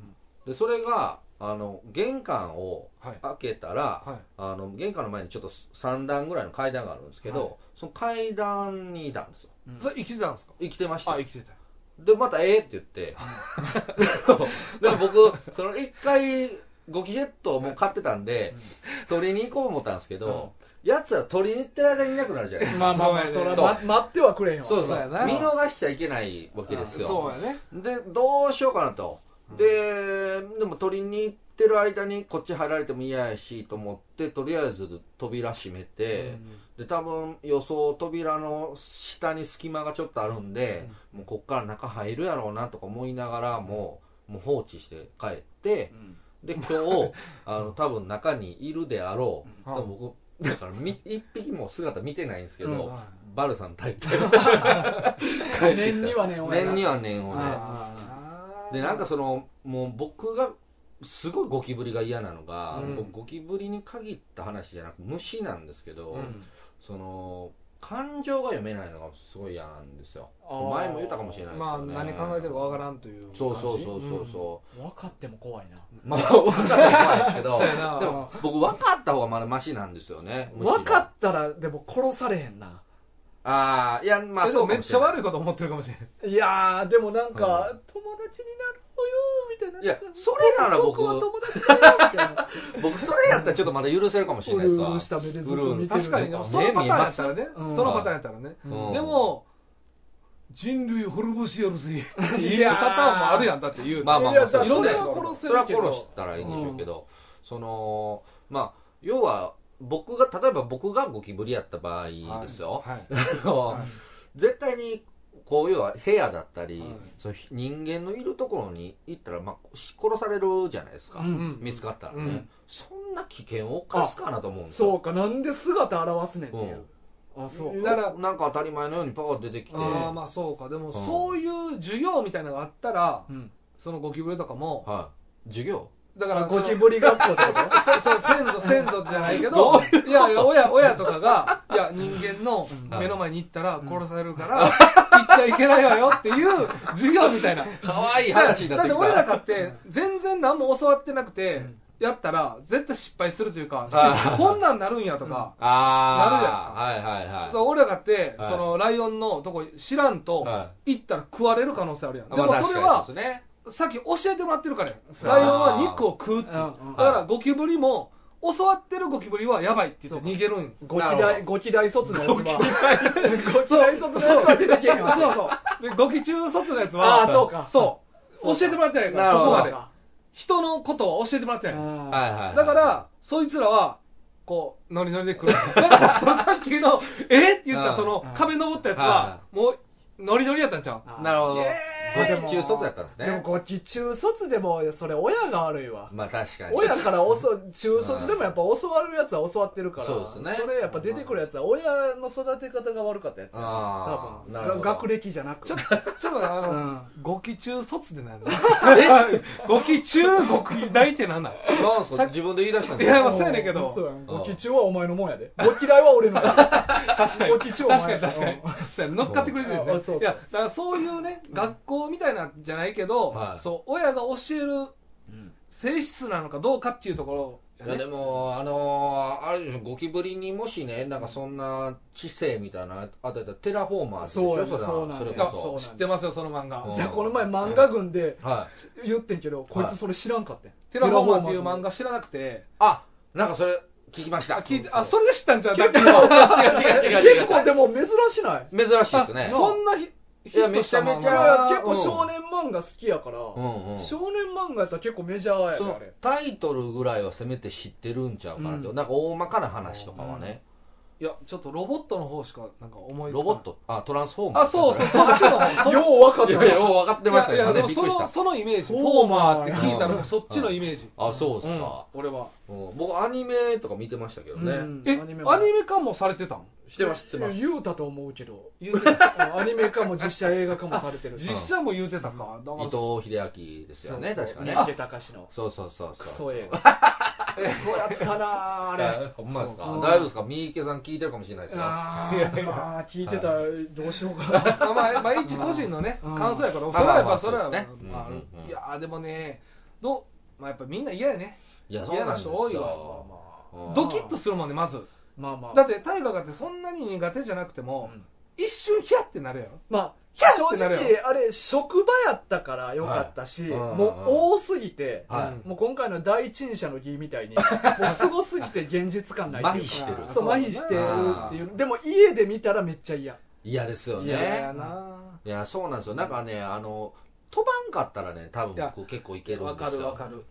B: でそれがあの玄関を
C: はい
B: 開けたら、
C: はい
B: あの玄関の前にちょっと3段ぐらいの階段があるんですけど、その階段にいたんですよ
A: うん
C: それ生きてたんですか
B: 生きてました
C: あ生きてた
B: でまた「ええって言ってでも僕その1回ゴキジェットをもう買ってたんで、取りに行こう思ったんですけど、やつら取りに行ってる間にいなくなるじゃないですか
A: まあまあまあそ
C: そう
A: れ
C: や
A: は
C: ね
A: ま待ってはくれへんわ
B: そうそ
C: そう
B: う
C: やな
B: 見逃しちゃいけないわけです
C: そ
B: よ
C: うやね
B: でどうしようかなとででも取りに行ってる間にこっち入られても嫌やしと思ってとりあえず扉閉めて、で多分予想扉の下に隙間がちょっとあるんで、もうこっから中入るやろうなとか思いながらももう放置して帰って
A: うん
B: で今日あの多分中にいるであろう、多分僕だからみ一匹も姿見てないんですけど、
A: うん
B: バルさん大体
A: 念 にはねおい
B: 念には念をね
A: あ
B: でなんかそのもう僕がすごいゴキブリが嫌なのが、
A: うん
B: 僕ゴキブリに限った話じゃなく虫なんですけど、
A: ーうん
B: その感情が読めないのがすごい嫌なんですよ
A: あー
B: 前も言ったかもしれないですけ
C: まあ
B: どね
C: 何考えてるかわからんという感じ
B: そうそうそうそうそう
A: 分かっても怖いな
B: う、まあ分かったら怖いですけど
C: そうやな
B: でも僕分かった方がまだマシなんですよねむしろ
A: 分かったらでも殺されへんな
B: ああいや
C: う
B: ま
C: ん
B: あ
C: えで
B: そう
C: も
B: か
C: めっ
B: もし
C: ちゃ
B: れない
C: 悪いこと思ってるかもしれない
A: いやーでもなんか、
B: う
A: 友達になろうよみたいない
B: いやそれなら僕
A: 僕は友達だよみたいな
B: 僕それやったらちょっとまだ許せるかもしれ
A: う
B: ないです
A: る
B: わ
A: うるした目でずっと見てると
C: 確かにでもそのパターンやったらね
A: うん
C: そのパターンやったらね
B: うん
C: でも人類滅ぼしやるぜって
A: い
C: いう
A: やー
C: パターンもあるやんだっていう
B: まあまあ
A: い
B: ま
A: や
B: あ
A: だから
B: いろ
A: そ
B: んな
A: れ
B: や
A: は
B: つがある
A: 殺せ
B: それ
A: る
B: は
A: けど
B: 殺したらいいんでしょうけど、そのまあ要は僕が例えば僕がゴキブリやった場合ですよ、
C: はい
B: あの
C: はい
B: 絶対にこう要は部屋だったり、
C: はい
B: その人間のいるところに行ったら、まあ、し殺されるじゃないですか、
A: うん
C: うん
B: 見つかったらね、
C: うん
B: そんな危険を犯すかなと思うんです
A: そ
B: よ
A: うかなんで姿現すねんっていう、あそう
C: う
A: か
C: だから
B: なんか当たり前のようにパワー出てきて
C: ああ
B: は
C: まあそうかでもそういう授業みたいなのがあったら
A: うん
C: そのゴキブリとかも
B: い授業
C: だから
A: ゴキブリ学校ですよ
C: そうそう先祖先祖じゃないけ どいやいや親親とかがいや人間の目の前に行ったら殺されるから行っちゃいけないわよっていう授業みたい な
B: かわいい話にな
C: だ
B: っ
C: ってて
B: きた
C: 俺らかって全然何も教わってなくてやったら絶対失敗するというかしてこんなんなるんやとか
B: ああはいはいはい
C: そう俺らかって
B: はい
C: そのライオンのとこ知らんと
B: は
C: 行ったら食われる可能性あるやん
B: あ
C: でも
B: まあ
C: それ
B: 確
C: は
B: かにそうですね
C: さっき教えてもらってるからや
A: そう
C: ライオンは肉を食うっていう
A: うん
C: だ
A: うん
C: からゴキブリも教わってるゴキブリはやばいって言って逃げるんよ
A: ご
B: な
A: 期
B: るほ
A: 大
B: ど
A: ご期大卒のやつはご期大卒のやつは出てけへんわ
C: そうそうでゴキ中卒のやつ
A: あーそうか
C: はそう教えてもらってないからそこま
A: そう
C: で
A: か
C: 人のことは教えてもらってない
A: うん
B: はいはいはい
C: だからそいつらはこうノリノリで 来るだからそのさっきの「えっ?」って言った
B: うん
C: その
A: うん
C: 壁登ったやつ
B: は
C: はもうノリノリやったんちゃう
A: あ
B: なるほど
A: イエーイ
B: ご期中卒やったんですね
A: でもご期中卒でもそれ親が悪いわ
B: まあ確かに
A: 親から教わ中卒でもやっぱ教わるやつは教わってるから
B: そうですね
A: それやっぱ出てくるやつは親の育て方が悪かったやつや
B: あ
A: 多分
B: ーなるほど
A: 学歴じゃなく
C: ちょ ちょっとあ
A: う
C: の
A: ん
C: ゴキ中卒で なんだゴキ中ゴキ大ってなんなん
B: なんですか自分で言い出したん
C: いや
B: です
C: まあそうやねんけど
A: そうやんご期中はお前のもんやでご嫌いは俺のや
C: 確かに
A: お
C: 確
A: 貴重
C: かに確かに そうや乗っかってくれてるよね
A: あそうそう
C: いやだからそういうね学校みたいなんじゃないけど、
B: はい
C: そう親が教える
A: ん
C: 性質なのかどうかっていうところ
B: い
C: や
B: や
C: ね
B: でもあのーあれでしょゴキブリにもしねなんかそんな知性みたいなあとたらテラフォーマーズでしょ
A: そうやね
B: れは
A: そうなんや
B: それ
C: だか
B: こ
C: ら
A: そう
B: そ
A: なん
C: 知ってますよその漫画
B: うん
A: でいやこの前漫画群で
B: はい
A: 言ってんけどこいつそれ知らんかったん
C: テラフォーマーっていう漫画知らなくて
B: あなんかそれ聞きまし
C: あ
B: た
C: 聞いて
B: そう
C: あそれで知ったんちゃうだっても
B: 違う違う違う違
A: 結
B: う
A: 構でも珍しない
B: 珍しいですね
C: そんなひヒットした漫画
B: めちゃめち
A: い
B: ゃ
A: や結構少年漫画好きやから、
B: うんうん
A: 少年漫画やったら結構メジャーや
B: そ
A: ねあ
B: の
A: れ
B: タイトルぐらいはせめて知ってるんちゃうかなって、
A: うん
B: なんか大まかな話とかはね、
C: いやちょっとロボットの方しかなんか思いつかな
B: ロボ
C: い
B: ットあトランスフォーマー
C: あそうそううそっちの方その
A: よう分かっ
B: い
A: た
B: やいや分かってました
C: いやいや
B: 今ね
C: でも
B: びっ
C: そ
B: くりし
C: の
B: た
C: そのイメージフ
A: フォ
C: ォ
A: ー
C: ー
A: マ
C: マ
A: ー
C: ーって聞いたらそっちのイメージ
B: あそうっす
C: うん
B: か、
C: 俺は
B: うん僕アニメとか見てましたけどね、
A: うん
C: えア
A: アニメ
C: ニメ
A: も
C: 化もされてたん
B: してますしてます
A: 言うたと思うけど
C: 言うて た
A: アニメ化も実写映画化もされて る
C: 実写も言うてたかだから
B: 伊藤英明ですよね
A: そうそ
B: 確
A: う
B: かね
A: 三池隆の
B: そうそうそうそう
A: クソ映
B: 画
A: 画クソやったなああれ
B: ほんまですか
A: そう
B: 大丈夫ですか三池さん聞いてるかもしれないですよ
A: あ
C: いやい
A: ー
C: や
A: まあ聞いてたらどうしようかな
C: あまあ、まあ、一個人のね、
A: うん
C: 感想やから、
B: ん
C: それはや
B: ま
C: っ
B: あまあ
C: ぱ、それは、
B: そうですね
C: まあ
B: うんうんうん
C: いやー、でもね、どう、まあ、やっぱみんな嫌やね。
B: いやそうなんです
C: いや多い
B: ようん
C: ドキッとするもんね、まず。
A: まあまあ
C: だって、大河がって、そんなに苦手じゃなくても、
A: うん
C: 一瞬ヒヤってなるやろ。
A: まあ
C: キャッ
A: 正
C: てなるやろ
A: 直あれ職場やったからよかったし、
B: はいうんうんうん
A: もう多すぎて、
B: は
A: もう今回の第一人者の義みたいにもうすごすぎて現実感ないっていう
B: 麻
A: か
B: 痺してる
C: あー
A: そう麻痺してるっていうでも家で見たらめっちゃ嫌
B: い嫌ですよ
C: いや
B: ね
C: やない
B: やそうなんですよなんかねあの飛ばんかったらね多分僕結構いけるんですよ
C: わかるわかる。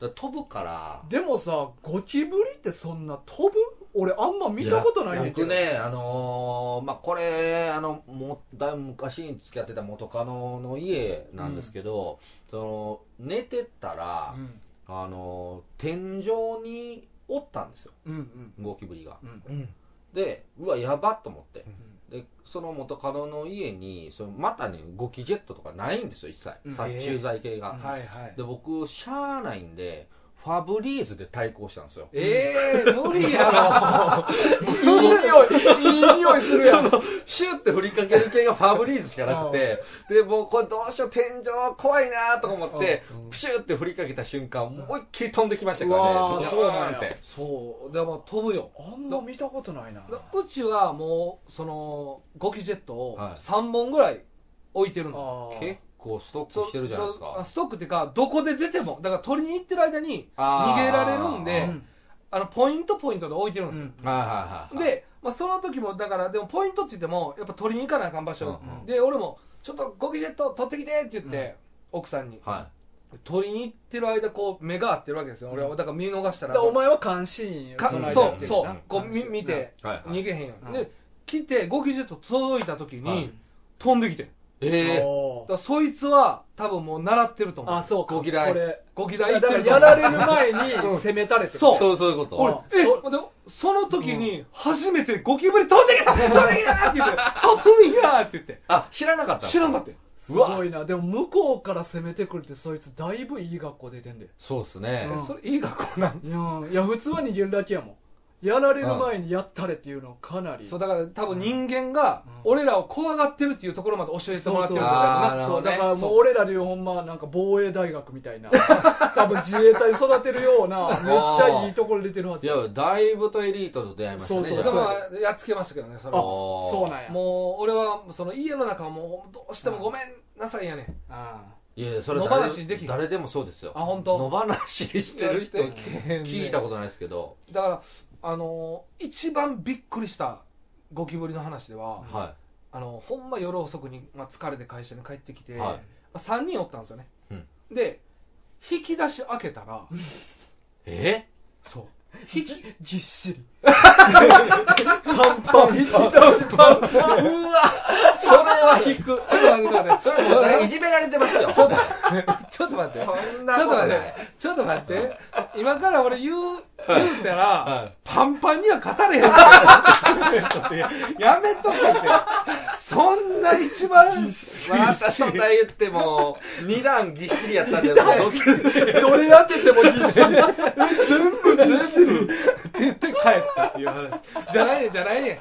B: だから飛ぶから
A: でもさゴキブリってそんな飛ぶ俺あんま見たことない
B: や
A: ねんけ
B: 僕
A: ど
B: ねあのーまあこれあのもうだいぶ昔に付き合ってた元カノの家なんですけど、その寝てたら、
A: うん
B: あのー天井におったんですよ
A: うんうん
B: ゴキブリが
A: うん
C: うん。
B: でうわやばっと思って、でその元カノの家にそのまたねゴキジェットとかないんですよ一切
A: うん
B: 殺虫剤系が、
C: はいはい。
B: で僕しゃあないんでファブリーズで対抗したんですよ。
C: ええ無 理や
A: いい匂い、いい匂いするやん。
B: シュって振りかける系がファブリーズしかなくて、で、もうこれどうしよう、天井怖いなとか思って、プシュって振りかけた瞬間、思いっきり飛んできましたからね。
A: うわー
B: ドーンって。
C: ろそうでも飛ぶよ
A: あんま見たことないな。
C: うちはもうそのゴキジェットを
B: はい
C: 3本ぐらい置いてるの、
A: あー
B: 結構ストッ
C: そ
B: クしてるじゃないです
C: そうあ
B: か。
C: ストックっていうかどこで出てもだから取りに行ってる間に
B: あ
C: 逃
B: ー
C: げられるんであ,、
A: うん
C: のポイントポイントで置いてるんですよ、
A: うん
B: はいはいはいはい。
C: で、まあ、その時もだからでもポイントって言ってもやっぱ取りに行かなあかん場所、
B: うんうん
C: で俺も「ちょっとゴキジェット取ってきて」って言って、奥さんに
B: は
C: 取りに行ってる間こう目が合ってるわけですよ俺はだから見逃した
A: だ
C: ら
A: からお前は監視員よ
C: か
B: その間
C: そう
B: に
C: そう
B: うん
C: こうみ見て
B: い。はいはい
C: 逃げへんように
A: うん
C: で来てゴキジェット届いた時
B: は
C: に
B: い
C: 飛んできてんだ
B: ええ
A: おー
C: からそいつは多分もう習ってると思
A: あ、
C: う
A: そうか。
B: ゴキライ
A: これ。
C: ゴキ
A: だ
C: 大行っ
A: か
C: て
A: ら
C: る
A: やられる前に攻めたれてる
C: そう
B: そうそういうこと。
C: 俺
A: あ、
C: え、
A: そ
C: でもその時に初めてゴキブリ飛んできた飛んできたって言って、飛ぶんやーって言って、
B: あ、知らなかった
C: 知らんかったよ
A: すごいな。でも向こうから攻めてくるってそいつだいぶいい学校出てんで。
B: そうですね
A: う。ん
C: えそれいい学校なん
A: いやーいや、普通は逃げるだけやもん。やられる前にやったれっていうのかなり。
C: そうだから多分人間が
A: うん
C: 俺らを怖がってるっていうところまで教えてもらってるんだよ
B: あー
C: な
B: なる
A: そ
B: ほ
A: う
B: どね
A: だからもう俺らでいうほんまなんか防衛大学みたいな 多分自衛隊育てるようなめっちゃいいところ出てるはず
B: いや、だいぶとエリートと出会いましたね。
A: そうそう
B: じ
C: で
B: ゃあ
A: そう
C: もやっつけましたけどねそ
A: あ
C: れは
A: そうなんや
C: もう俺はその家の中はもうどうしてもごめんなさいやねん
A: あ
B: いやいや、それ
C: 野
B: 誰
C: 放しでき
B: で
C: ひん
B: 誰でもそうですよ。
C: あ本当
B: 野放しにしてる人
C: やってへんね
B: 聞いたことないですけど。
C: だからあのー一番びっくりしたゴキブリの話では、
B: は
C: あのほんま夜遅くに、まあ、疲れて会社に帰ってきて、
B: はい
C: まあ、3人おったんですよね、
B: うん
C: で引き出し開けたら
B: い。え
C: そう
A: ぎぎっしり
C: パン引き出しパンパンうわ
B: それは引く。
C: ちょっと待ってちょっと待ってそれそれ
B: いじめられてますよ。ちょっと、
C: ちょっと待って
B: そん
C: ち
B: なことと
C: ょっ待っ
B: な
C: て
B: い。、
C: ちょっと待 って、今から俺言う、言うたら
B: い、
C: パンパンには勝たれへん やめとけって。そんな一 番、
B: またそんな言っても、二段ぎっしりやったんで、どっち
C: どれ当てても必死全部必死って言って帰ったっていう話。じゃないねんじゃないねんで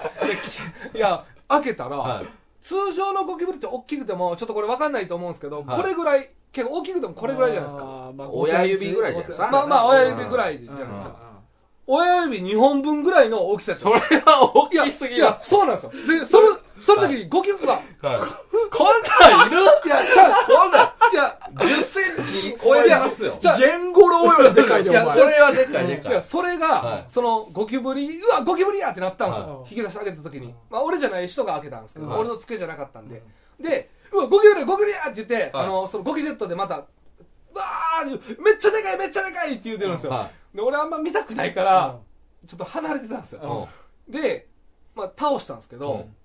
C: きいや、開けたら、
B: はい
C: 通常のゴキブリって大きくても、ちょっとこれわかんないと思うんですけど、
B: はい
C: これぐらい、結構大きくてもこれぐらいじゃないですか。
A: あーまあ
B: 親指ぐらいじゃないですか
C: まあまあ、親指ぐら
A: い
C: いじゃないです
B: うん
C: か。親指2本分ぐらいの大きさやった
B: それは大
C: いや、
B: きすぎ
C: い
B: や
C: や、。そうなんですよ。で、それ、その時にゴキブリが、
B: は
C: こんなんいるいや、ちゃう、こんなん、いや、
B: い。10センチ
C: 超
B: 超
C: え
B: え
C: る
B: る
C: や
B: や
C: つ
B: つよ。
C: じゃあ
A: ジェンゴロよりでかいでお
C: いや
A: 前
C: ち
B: そ
C: ょ
B: れはでかいで
C: い
B: か
C: や、
B: い。
C: それが、
B: はい
C: その、ゴキブリ、うわ、ゴキブリやってなったんですよ。
A: はい
C: 引き出し開けた時に。まあ、俺じゃない人が開けたんですけど、
B: はい
C: 俺の机じゃなかったんで。で、うわ、ゴキブリ、ゴキブリやって言って、
B: はい
C: あの、そのゴキジェットでまた、わーめっちゃでかい、めっちゃでかいって言うてるんですよ。
B: は
C: で、俺あんま見たくないから、ちょっと離れてたんです
B: い
C: よ。
B: うん
C: で、まあ、倒したんですけど、
B: うん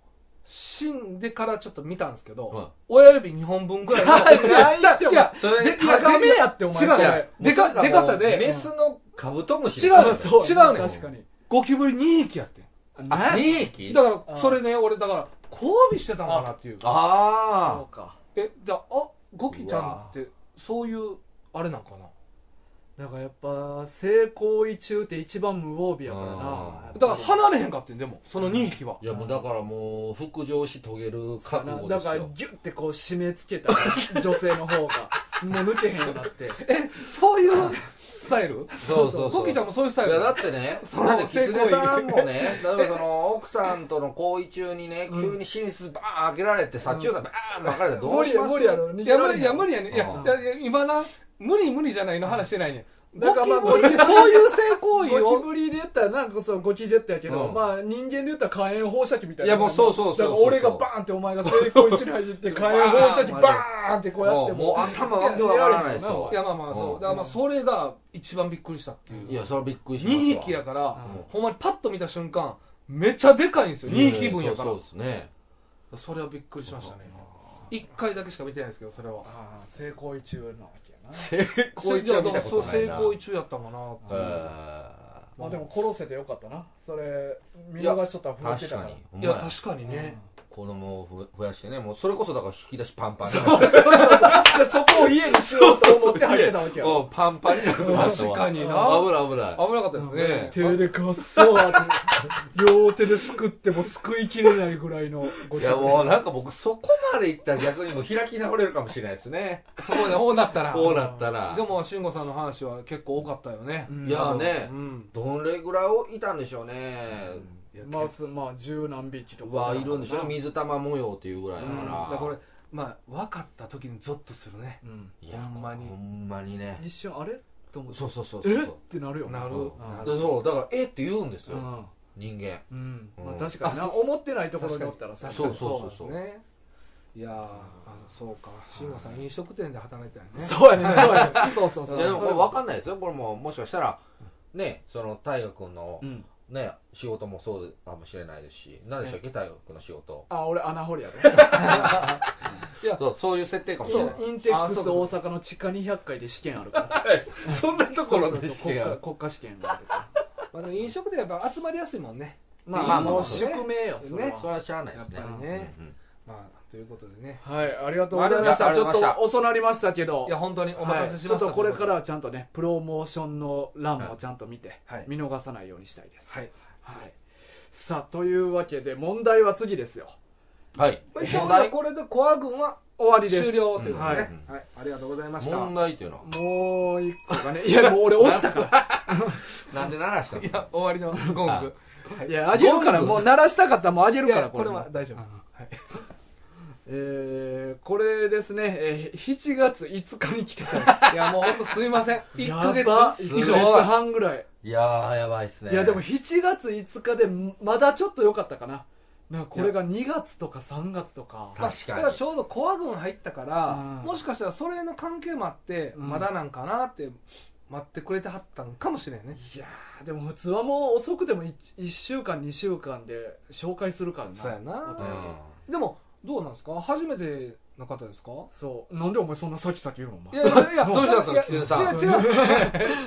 C: 死んでからちょっと見たんですけど、
B: うん
C: 親指2本分ぐらいの。
A: じゃあないってお前
C: いや
B: それ
C: で
A: 高めやってお前
C: 違う
A: それ
C: いやでか、でかさ
B: メ
C: で、
B: スのカブトムシ。
C: 違う
A: あそう
C: 違うねん
A: 確かに
C: ゴキブリ2匹やってん
B: あ、
A: ね
B: 2匹
C: だか
A: あ
C: ら、
A: ー
C: それね、俺だから、交尾してたのかなっていう。
A: そ
B: あ
A: うか
C: え、じゃあ、あゴキちゃんって、そういう、あれなんかな。
A: だからやっぱ性行為中って一番無防備やからな
B: うん
C: だから、離れへんかってん、でも、その2匹は
B: あ。。いやもうだからもう、復上し遂げる覚悟
A: だ
B: です
A: から
B: よ。
A: ギュッてこう締め付けた女性の 方がもう抜けへんようになって
C: え、そういうスタイル
B: そうそうそう。
C: ゴキちゃんもそういうスタイ
B: い
C: ル
B: やだってね、
C: その
B: だってキツネさんもね、だからその奥さんとの行為中にね、急に寝室バーン開けられて、殺虫剤バーン巻かれたらどうします
A: 無理や無理
C: いや、無理、いや、無理やね。いや
B: う、ん
C: いやいや今な、無理無理じゃないの話してないね。
A: だ
C: ゴ
A: から
C: キ
A: まあ
C: ブリってそういう性行為
A: ゴ
C: を
A: キ。ブリで言ったらなんかそのゴキジェットやけど、
B: うん
A: まあ人間で言ったら火炎放射器みたいない
B: やもうそうそうそうそう
A: だから俺がバーンってお前が成功一に入って火炎放射器バーンってこうやって
B: もうもう頭わけわからないですよ
C: いやまあまあそうう。
B: ん
C: だからまあそれが一番びっくりしたっていう。
B: いや、それはびっくりしました
C: 2匹やから、
A: うん
C: ほんまにパッと見た瞬間、めちゃでかいんですよ。2匹分やから。
B: そうそうですね。
C: それはびっくりしましたね。1回だけしか見てないんですけど、それは。
A: ああ成功中なわけやな、
B: 行為中は見た
C: そ
B: こ
C: う、
B: とない
C: 性
B: な
C: 行為中やったかなって
B: え
C: いう。
A: まあでも殺せてよかったなそれ見
B: いや
A: 逃しとったら
B: ー
A: 増えて
B: 確
A: たか
B: からに。
C: いや、確かにね。
B: 子供を増やしてね、もうそれこそだから引き出しパ ンパンに
A: でそこを家にしようと思って入ってたわけや。
B: うんパンパンになるの
C: 確かにな
B: 危ない危ない。
C: 危なかったですね
B: ね。
A: 手でかっそうって両手ですくってもすくいきれないぐらいのご
B: い
A: ちゃ
B: や
A: ごちゃ
B: もうなんか僕そこまで行ったら逆にもう開き直れるかもしれないですね。
C: そこでこうなったら。
B: こうなったら。
C: でも、慎吾さんの話は結構多かったよね。
A: うん
B: いやーね
C: う、ん。
B: どれぐらいをいたんでしょうね。いや
A: まあ、すまあ十何匹とか
B: は、いるんでしょうね。水玉模様っていうぐらいだ
C: だ
B: か
C: から
B: ら。
C: これ、まあ、分かった時にゾッとするね。
A: うん
B: いや、
C: ほんまに
B: ほんまにね。
A: 一瞬あれと思って
B: そうそうそうそう。
A: えってなるよね
C: なる
B: うん。
C: な
B: で
C: る
B: そう、だから、えって言うんです
A: う
B: よ、
A: ん
B: 人間。
A: うんまあ
B: うん
A: 確かにな思ってないところにおったらさ
C: 確
B: そ
C: か
B: う
C: に
B: そうそうそう
C: ですね。いやーあのそうか慎吾さん飲食店で働いてたよね
A: そうやねそうや ねそうそう
B: い
A: そう
B: や、でもこれ分かんないですよ。これも、もしかしたら、ね、その、大河君の
A: う、ん
B: ね、仕事もそうかもしれないですし、何でしたっけ、大河君の仕事。
A: あ俺穴掘りやで
B: そう、そういう設定かもしれない。
A: インインテック
C: あ
A: ス
C: そう
A: 大阪の地下200階で試験あるから
B: そんな ところ
A: そう
B: で
A: そうそう国
B: し
A: 家
B: か。
A: 国家試験があるから
C: まあでも飲食店やっぱ集まりやすいもんね
A: まあ
B: ま
A: ま
B: あ
A: あ
B: まあまあ
A: 宿命よそれ
C: ね
B: そ
A: は
B: れはしゃあないですね。
C: やっぱりね
B: うんうん
C: まあということでね
A: はいありがとうございまし
B: あ
A: た
B: り
A: ち
B: が
A: ょっ
B: とうございました
A: と遅なりましたけど
C: いや本当にお待たせしました
A: はいちょっとこれからはちゃんとねプロモーションの欄もちゃんと見て、
C: はい
A: 見逃さないようにしたいです、
C: はい
A: はいさあというわけで問題は次ですよ
B: はい。
C: 一応
B: 問題
C: これでコア軍は
A: 終わりです
C: 終了ということで
A: はい
C: ねはいありがとうございました
B: 問題っていうのは。
A: もう一個がねいやもう俺押したか
B: なんで鳴らしたんですか
C: 終わりのゴング
A: らいやあげるからもう鳴らしたかったらもうあげる
C: い
A: か
C: や
A: ら
C: これ
A: も
C: は大丈夫はい
A: えー、これですね、えー、7月5日に来てたん で
C: いやもう本当すいません
A: す
C: 1ヶ
A: やば
C: 月以
A: 1
C: 上
A: ヶ月
C: は
A: 半ぐらい
B: いやー、やばいですね。
A: いやでも、7月5日でまだちょっと良かったかななんかこれが2月とか3月とか
C: まあ
B: 確かに
C: だからちょうどコア軍入ったから
A: うん
C: もしかしたらそれの関係もあって
A: うん
C: まだなんかなって待ってくれてはったのかもしれんね
A: いやーでも普通はもう遅くても 1, 週間2週間で紹介するからな
C: そうやな
A: お
B: うん
A: 便り
C: でもどうなんですか初めての方 ですか
A: そうなんでお前そんなさきさき言うのお前
C: いやいやいや
B: どうしたんですかキツネさん
C: 違う違 う違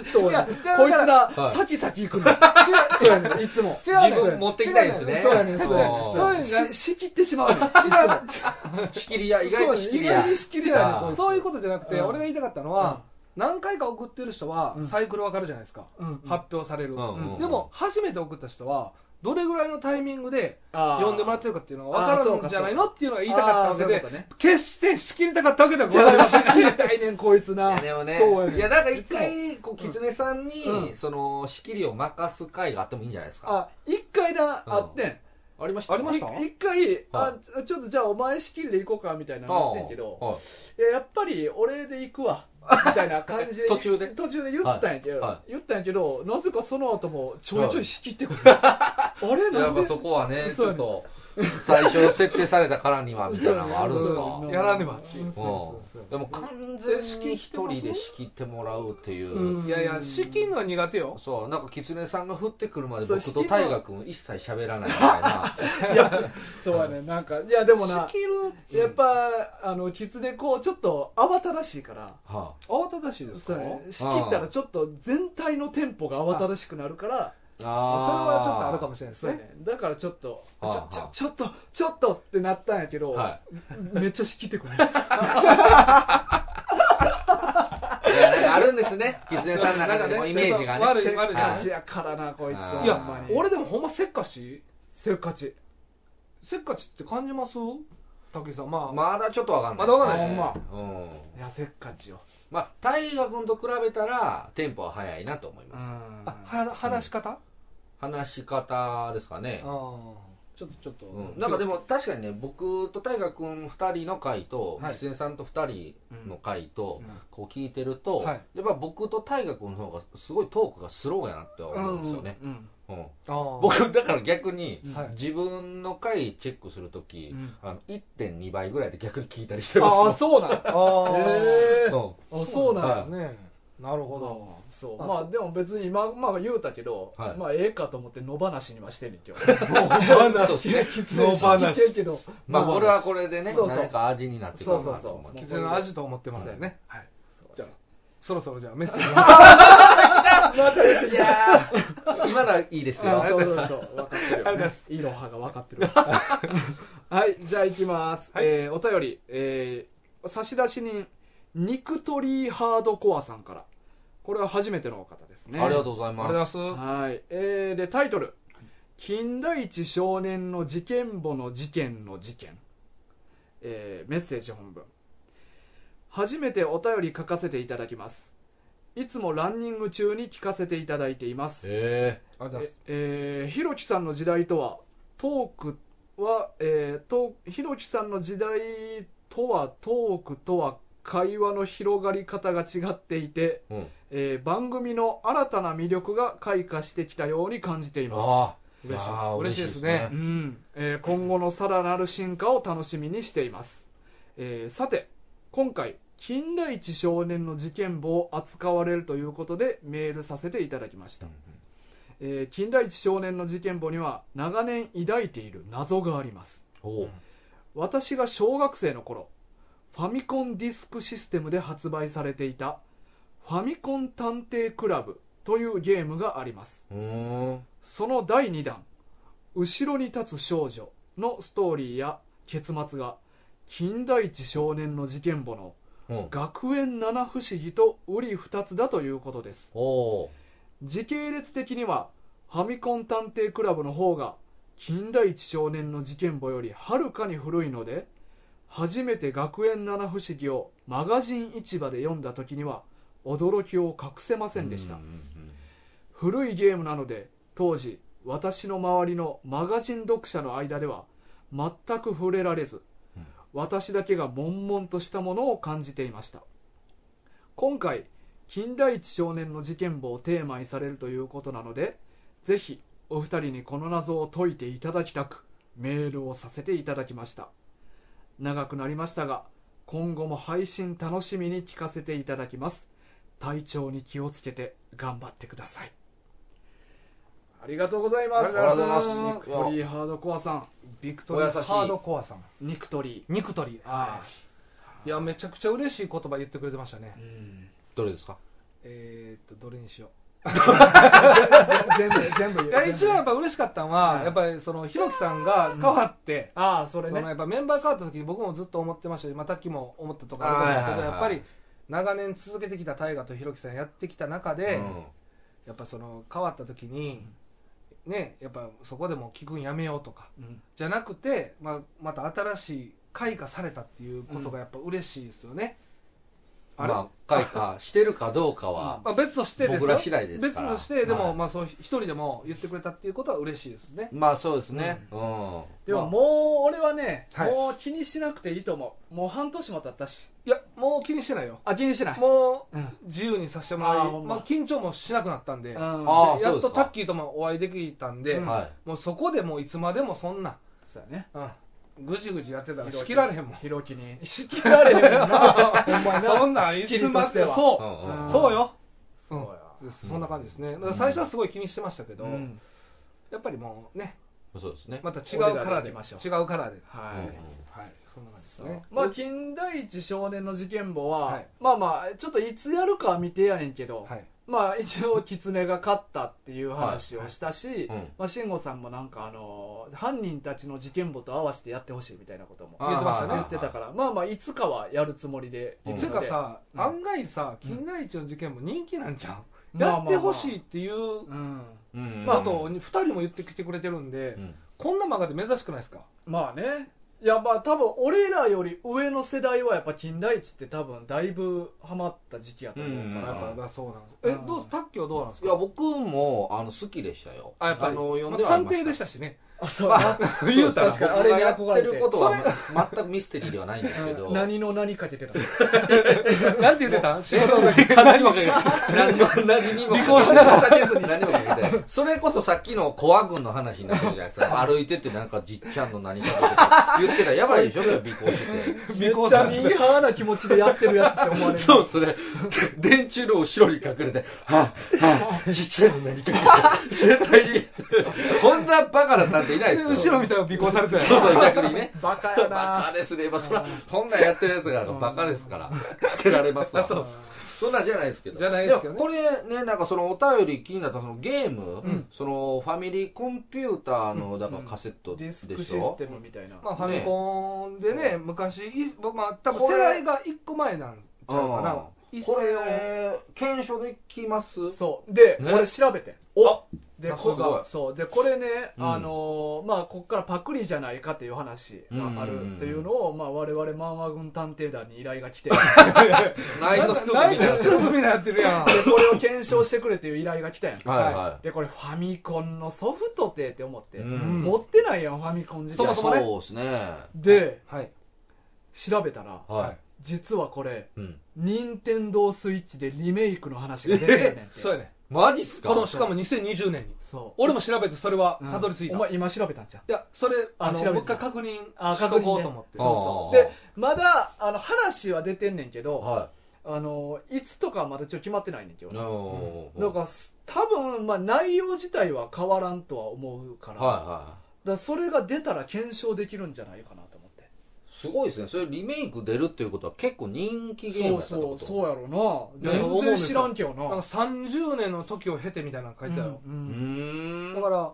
C: う
A: そうや
C: いや
A: こいつら
B: はい
A: さきさき 行くのそうやねいつも
C: 違うね
B: 自分持ってきたいですね。
A: そうやねん
C: 違う
A: そ
C: ね
A: うや
C: そ
A: ね
C: うんそういうの
A: し仕切ってしまうね ん
B: 仕切りや、意外と仕切り
A: そうやねん意
B: や
A: 外。に仕切りやねん
B: あ
A: こいつ
C: そういうことじゃなくて、
A: うん
C: 俺が言いたかったのは、何回か送ってる人は
A: うん
C: サイクル分かるじゃないですか、
A: うん
C: 発表される、
B: うんうんうん
C: でも初めて送った人はどれぐらいのタイミングで
A: あー
C: 呼んでもらってるかっていうのが分かるんじゃないのっていうのが言いたかったわけ
A: あー
C: で
A: そういうことね
C: 決して仕切りたかったわけではご
A: じ
C: ざい
A: ゃ
C: ま
A: あ
C: せん
A: 仕切りたいねんこいつ
B: い
A: な
B: やでもね
A: そうやねん
B: いやなんか一
A: いつも
B: 回こう狐さんに、
A: うん
B: その仕切りを任す会があってもいいんじゃないですか
A: あ一回なあってん
B: ありまし
C: ありま
A: い
C: し
A: 一
C: た
A: 回
B: は
A: あちょちょっとじゃあお前仕切りで行こうかみたいなのなってんけど
B: はい
A: いややっぱり俺で行くわみたいな感じで
B: 途中で
A: 途中で言ったんやけど、
B: はいは
A: 言ったんやけどなぜかその後もちょいちょい仕切ってくる、 あれ
B: や
A: な
B: っ
A: んで
B: ぱそこはねち
A: そう
B: ょ
A: や
B: っ
A: ね
B: と最初設定されたからにはみたいなのがあるんです
A: そう
B: か
A: そう
C: やらねばっていう
A: うんそうそう
B: で
A: そう
B: も完全に一人で仕切ってもらうっていう、
A: うん
C: いやいや仕切るのは苦手よ
B: そうなんか狐さんが降ってくるまで
A: そう
B: 僕と大河君一切喋らないみたい な
A: いやそうやねなんかいやでもな
C: 仕切る
A: やっぱあのキツネこうちょっと慌ただしいから
B: は
C: 慌ただしいです
A: そ
C: か
A: うやね仕切ったらちょっと全体のテンポが慌ただしくなるから
B: あ、それ
C: それはちょっとあるかも
B: し
C: しれないです
A: そうや
C: ね
A: ねだからちょっとち
B: あー
A: ょちょちょっとちょっとってなったんやけど、
B: は
A: めっちゃ仕切 ってくる
B: れないなんかあるんですね狐さんの中でもイメージがね
C: 悪い
A: せっ
C: 悪い
A: かちやからなこいつ
B: あー
A: はいほんま
C: や
A: に
C: 俺でもほんませっかち
A: せっかち
C: せっかちって感じます武井さんまあ、
B: まだちょっとわかんない
C: まだわかん
A: ないですね
B: うん
A: いやせっかちよ
B: まあ大河君と比べたらテンポは早いなと思います、
C: あは話し方、
B: 話し方ですか
C: あ
B: ね
C: あ、ちょっとちょっと、
B: うん、なんかでも確かにね僕と大河君2人の回と
C: はい
B: 出演さんと2人の回と
A: うん
B: こう聞いてると、
C: はい
B: やっぱ僕と大河君の方がすごいトークがスローやなって思うんですよね、
A: うんうん
B: うん
C: あー
B: 僕だから逆に
C: はい
B: 自分の回チェックするとき、
A: うん
B: あの1.2倍ぐらいで逆に聞いたりしてます
A: ああそう なん
C: あ
A: へえ
B: うん
A: あそうなん
B: は
A: や
B: い
C: ねなるほど、
A: あそう
C: あ
A: まあ
C: そ
A: でも別に今まあ言うたけど
B: はい
A: まあええかと思って野放しにはしてんねんけど
B: そうです ね
A: きつい仕切ってんけど
B: まあ
A: まあ
B: これはこれでね
A: そうそう
B: 何か味になってくるかなと思います
A: そうそうそう
C: 絆の味と思ってますよね、はい、
A: そう
C: じゃあそろそろじゃあメッセージ
B: いやー今のはいいですよ
A: あ。そうそうそう分かってるよ、ね、いろはが分かってる はいじゃあいきます、
C: はい
A: えーお便り、えー差出人肉鳥ハードコアさんからこれは初めての方ですね
B: ありがとうござい
C: ありが
B: ます。
C: とうございま
A: はいえーでタイトル「金田一少年の事件簿の事件の事件」えーメッセージ本文初めてお便り書かせていただきますいつもランニング中に聞かせていただいています
B: え
C: すありがとうございます
A: えーひろきさんの時代とはトークは、えーとひろきさんの時代とはトークとは会話の広がり方が違っていて、
B: えうん。
A: えー番組の新たな魅力が開花してきたように感じています
B: ああ、
C: 嬉しい
B: あー
C: 嬉しいですね
A: う。んえー今後のさらなる進化を楽しみにしています、えーさて今回金田一少年の事件簿を扱われるということでメールさせていただきました、えー金田一少年の事件簿には長年抱いている謎があります
B: おう
A: 私が小学生の頃ファミコンディスクシステムで発売されていた「ファミコン探偵クラブ」というゲームがあります
B: うーん。
A: その第2弾「後ろに立つ少女」のストーリーや結末が金田一少年の事件簿の
B: うん。
A: 学園七不思議と瓜二つだということです
B: おう
A: 時系列的にはファミコン探偵クラブの方が金田一少年の事件簿よりはるかに古いので初めて学園七不思議をマガジン市場で読んだ時には驚きを隠せませんでした、
B: うんうん
A: 古いゲームなので当時私の周りのマガジン読者の間では全く触れられず、
B: うん
A: 私だけが悶々としたものを感じていました今回金田一少年の事件簿をテーマにされるということなのでぜひお二人にこの謎を解いていただきたくメールをさせていただきました長くなりましたが今後も配信楽しみに聞かせていただきます体調に気をつけて頑張ってくださいありがとうございます
B: ありがとうございます
A: ニクトリーハードコアさん
C: ビクトリ
B: お優
C: ー
B: しい
C: ハードコアさん
A: ニクトリ
C: ニクトリー
A: は
C: あーいやめちゃくちゃ嬉しい言葉言ってくれてましたね
A: ーうん
B: どれですか
C: えー、っとどれにしよう
A: 全部全部
C: い
A: 言
C: や
A: う
C: 一応やっぱ嬉しかったのは、
A: うん
C: やっぱりそのひろきさんが変わって、
A: ああそれ
C: その
A: ね
C: やっぱメンバー変わった時に僕もずっと思ってましたし、まあ、さっきも思ったとこあると思うんですけ
B: は
C: ど、
B: いはいはい
C: やっぱり長年続けてきた大河とひろきさんやってきた中で、
B: うん
C: やっぱその変わった時に、ねやっぱそこでもう聞くんやめようとか
A: うん
C: じゃなくて、まあ、また新しい開花されたっていうことがやっぱ嬉しいですよね、あれ、
B: まあ、開花してるかどうかは、
C: まあ、別としてですよ
B: 僕ら次第ですから
C: 別としてでも、
B: はい
C: まあ、そう一人でも言ってくれたっていうことは嬉しいですね
B: まあそうですね。うん。
A: でも
B: ま
A: もう俺はね、
C: はい
A: もう気にしなくていいと思うもう半年も経ったし
C: いやもう気にしてないよ
A: あ気にしない
C: も
A: う
C: うん自由にさせてもらい、
A: あーほん
C: ま
A: ま
C: あ、緊張もしなくなったん
A: う
C: で、
A: ん
B: あーそ
C: や
B: うです
C: っと
B: か
C: タッキーともお会いできたんで、
A: うん
B: あはい。
C: もうそこでもういつまでもそんな、
A: そうやね
C: うん、ぐじぐじやってたら仕切られへん もん
A: ひろきに仕切られへん な
C: そんなんい
A: 仕切り
C: つま
A: と
C: で
A: しては
C: そうう、
B: んうん
C: そうよ、
A: そうや
C: うんそんな感じですねだから最初はすごい気にしてましたけど、
A: うん
C: やっぱりもうね
B: そうですね。
C: また違うカ
A: 俺ら
C: ラ
A: で
C: ーで
A: 行きましょ
C: 違うカラーで
A: は
B: うん
A: い
C: はいそんな感じです
A: そう
C: ね
A: まあ金田一少年の事件簿は、
C: はい
A: まあまあちょっといつやるかは見てやねんけど、
C: はい
A: まあ一応狐が勝ったっていう話をしたし、
B: はいうん
A: まあ慎吾さんもなんかあの犯人たちの事件簿と合わせてやってほしいみたいなことも
B: あ
C: 言ってましたね
B: はい
A: 言ってたからまあまあいつかはやるつもりでい
B: うん
A: る
C: てい
A: ので
C: うかさ、
A: うん
C: 案外さ金田一の事件も人気なんじゃん、
A: まあまあまあ
C: やってほしいっていう
A: うん
B: うん
C: まあ、あと2人も言ってきてくれてるんで、
B: うん
C: こんな漫画で珍しくないですか
A: まあねいやまあ多分俺らより上の世代はやっぱ金田一って多分だいぶハマった時期やと思うか
B: うん
A: ら、
C: や
A: やっ
C: っ
A: ぱ
C: ぱまあそうなんです
A: う
C: え
A: ん
C: どうタッキーはどうなんです
B: い
C: か
B: や、僕も、あの、好きでしたよ。
C: あやっぱり
B: あの、読んで
C: ま
B: は
C: あ
B: い
C: 探
B: ま
C: 偵でし
B: した
C: たしね
A: あそうやな
B: そう
C: 言うたら
A: 確かに
B: 僕が
A: あれに憧れて
B: やってることは全くミステリーではないんですけ
A: う
B: ど
A: ん 何の何かけてた
C: なんて言ってた仕事の
B: かなりもかけて何も何にも
C: 尾行しな
B: がら何もかけて それこそさっきのコア軍の話になってるじゃないですか 歩いててなんかじっちゃんの何かかけて言ってたらやばいでしょそれ尾行してて
A: めっちゃミーハーな気持ちでやってるやつって思われる
B: そうそれ電柱の後ろに隠れてはぁはぁじっちゃんの何かけて絶対に こんなバカな探偵いないですよ
C: 後ろみたいな尾行されてたよ
B: そうそう逆にね
A: バカやな
B: バカですね。まあ、そら、こんなんやってるやつがあの、バカですから、つけられますわ。
C: そう
B: そんなんじゃないですけど
C: じゃないですけどね
B: もこれねなんかそのお便り気になったそのゲーム、
A: うん
B: そのファミリーコンピューターのだからカセット
A: デ
B: で
A: ィスク
B: し
A: シス
B: ょ、
A: テムみたいな、
C: まあ、ファミコンでね
A: そ
C: 昔い僕まあ多分
B: これ
C: 世代が1個前なんちゃうかな
B: うん
C: 一
B: こ
C: 世を
B: れ検証できます
A: そうで、
B: ね
A: 俺調べて
B: お
A: で
B: さす
A: こ
B: が
A: そうでこれね、
B: うん
A: あのーまあここからパクリじゃないかっていう話があ
B: うんうんう
A: る
B: ん
A: というのを、まあ、我々漫画軍探偵団に依頼が来て
B: ナイトスクープ
C: ナ
B: み
C: イト
B: た
C: ス
B: い
C: クープみたいになってるやん
A: でこれを検証してくれという依頼が来たやん
B: なはいは
A: でこれファミコンのソフトってって思って、
B: い、
C: ん
A: 持ってないやんファミコン自体
B: そもそも
A: いや
B: そう ですね
A: そうで
C: はい
A: 調べたら
B: は
C: はいい、
A: 実はこれ
B: うん、
A: 任天堂スイッチでリメイクの話が出てんねんて
C: そうやね
B: マジっすか
C: このしかも2020年に
A: そう
C: 俺も調べてそれは
A: うん
C: たどり着いた、
A: お前今調べたんじゃん
C: いやそれあ
A: 調べて
C: の
A: た
C: もう一回確認
A: あ
C: しとこうと思っ
A: 確認ねそう
C: て、
A: そう
B: あー
A: でまだあの話は出てんねんけど、
B: は
A: あのいつとかはまだちょっと決まってないねんけ
B: い
A: ど、
B: おー
A: なんかす多分、まあ、内容自体は変わらんとは思うから,、だか
B: はいはい
A: らそれが出たら検証できるんじゃないかなと思って
B: すごいですねそれリメイク出るっていうことは結構人気ゲーム
A: そ
B: や
A: う
B: ったって
A: そ
B: こ
A: う
B: と
A: そうやろない
C: や
A: 全然知らんけどな
C: なんか30年の時を経てみたいなの書いてある、
A: う
B: うんーん
C: だから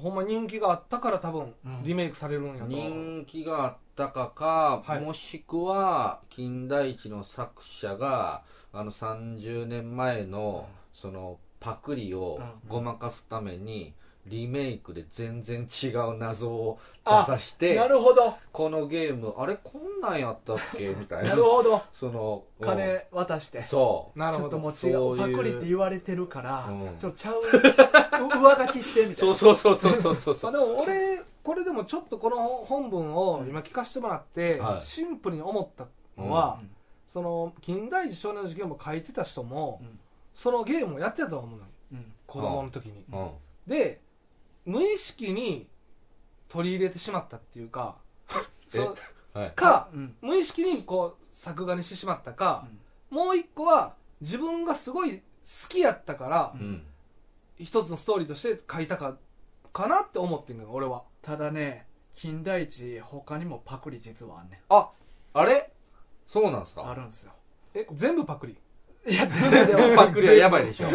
C: ほんま人気があったから多分
A: うん
C: リメイクされるんやと思う、
B: 人気があったかか、
C: はい
B: もしくは金田一の作者があの30年前のそのパクリを
A: うん
B: ごまかすためにリメイクで全然違う謎を出さ
A: う
B: し
A: ん
B: て
A: なるほど
B: このゲームあれこんなんやったっ けみたい
A: な
B: な
A: るほど
B: そのうん
A: 金渡してちょ
B: そう
C: なる
A: っ
C: ほ
A: とも
C: ど
A: う違
B: そうう
A: パ
B: いう
A: クリって言われてるから、
B: うん
A: ちょっとちゃうう上書きしてみたいな
B: そうそうそうそうそうそう
C: まあ、 でも俺これでもちょっとこの本文を今聞かせてもらって、
B: はい
C: シンプルに思ったのは、
A: うん
C: その金田一少年の事件も書いてた人も、
A: うん
C: そのゲームをやってたと思うのよ
A: うん
C: 子供の時に、
B: うん
C: で無意識に取り入れてしまったっていうかそう
B: はい
C: か
A: うん
C: 無意識にこう作画にしてしまった
A: う
C: か、
A: ん
C: もう一個は自分がすごい好きやったから、
B: うん
C: 一つのストーリーとして書いたかかなって思ってんのよ俺は
A: ただね金田一他にもパクリ実はあんねん
B: ああれそうなんす
A: あ
B: か
A: るんすよ
C: え全部パクリ
A: い や全然
B: パクリはやばいでしょ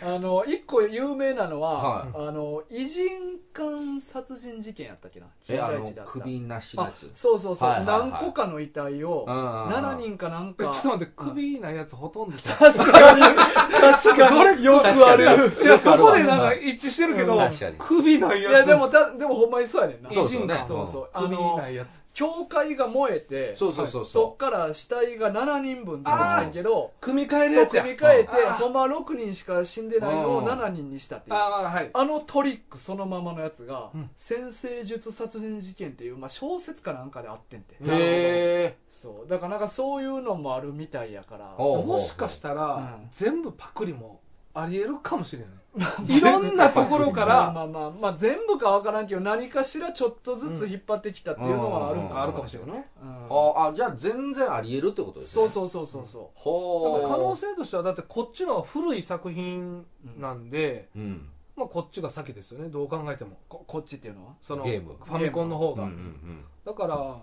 A: あの一個有名なのは、
B: はい
A: あの異人間殺人事件やったっけな金
B: えあ
A: 田
B: の
A: 一だった
B: 首なしのや
A: あ
B: つ
A: そうそうそう、
B: はいはいはい
A: 何個かの遺体を
B: 7
A: 7人かなん
C: え
A: か
C: ちょっと待って首ないやつほとんど ちゃう
A: 確かに確かによ
B: くある
C: いやそこでなん
B: は
C: か
B: い
C: 一致してるけど、
A: うん
B: 確かに
C: 首ない
A: い
C: やつ
A: やでもたでもほんまにそうやねんな
B: そうです
C: 偉
B: よ
C: 人
B: ね
C: 感
A: そうそうあ
C: 首な
A: の
C: いやつ
A: 教会が燃えて
B: そうそうそう
A: そっ
B: そ
A: から死体が7人分出てきたんやけど
C: 組み替える
A: そう
C: やつや
A: 組み替えて
C: あー
A: ほんま6人しか死んでないの
B: う
A: を
B: ん
A: 7人にしたっていう
C: ああはい
A: あのトリックそのままのやつが、
C: うん
A: 先生術殺人事件っていう、まあ、小説かなんかであってんて、
B: うへえ
A: そうだからなんかそういうのもあるみたいやから
B: おう
C: もしかしたら、
A: うん
C: 全部パクリもありえるかもしれないいろんなところか
A: まあ
C: ら
A: まあまあ、まあ、全部かわからんけど何かしらちょっとずつ引っ張ってきたっていうのはあるんか
B: うん
A: な
C: あるかもしれないね
A: うん
B: ああじゃあ全然ありえるってことです
A: そ
B: ね
A: うそうそうそうそ
C: だから可能
B: ほ
C: 性としてはだってこっちの古い作品なんで、
B: ううん
C: まあ、こっちが先ですよねどう考えても
A: うここっちっていうのは
C: その
B: ゲーム
C: ファミコンの
B: う
C: 方
B: んう
C: が、
B: ん
C: だから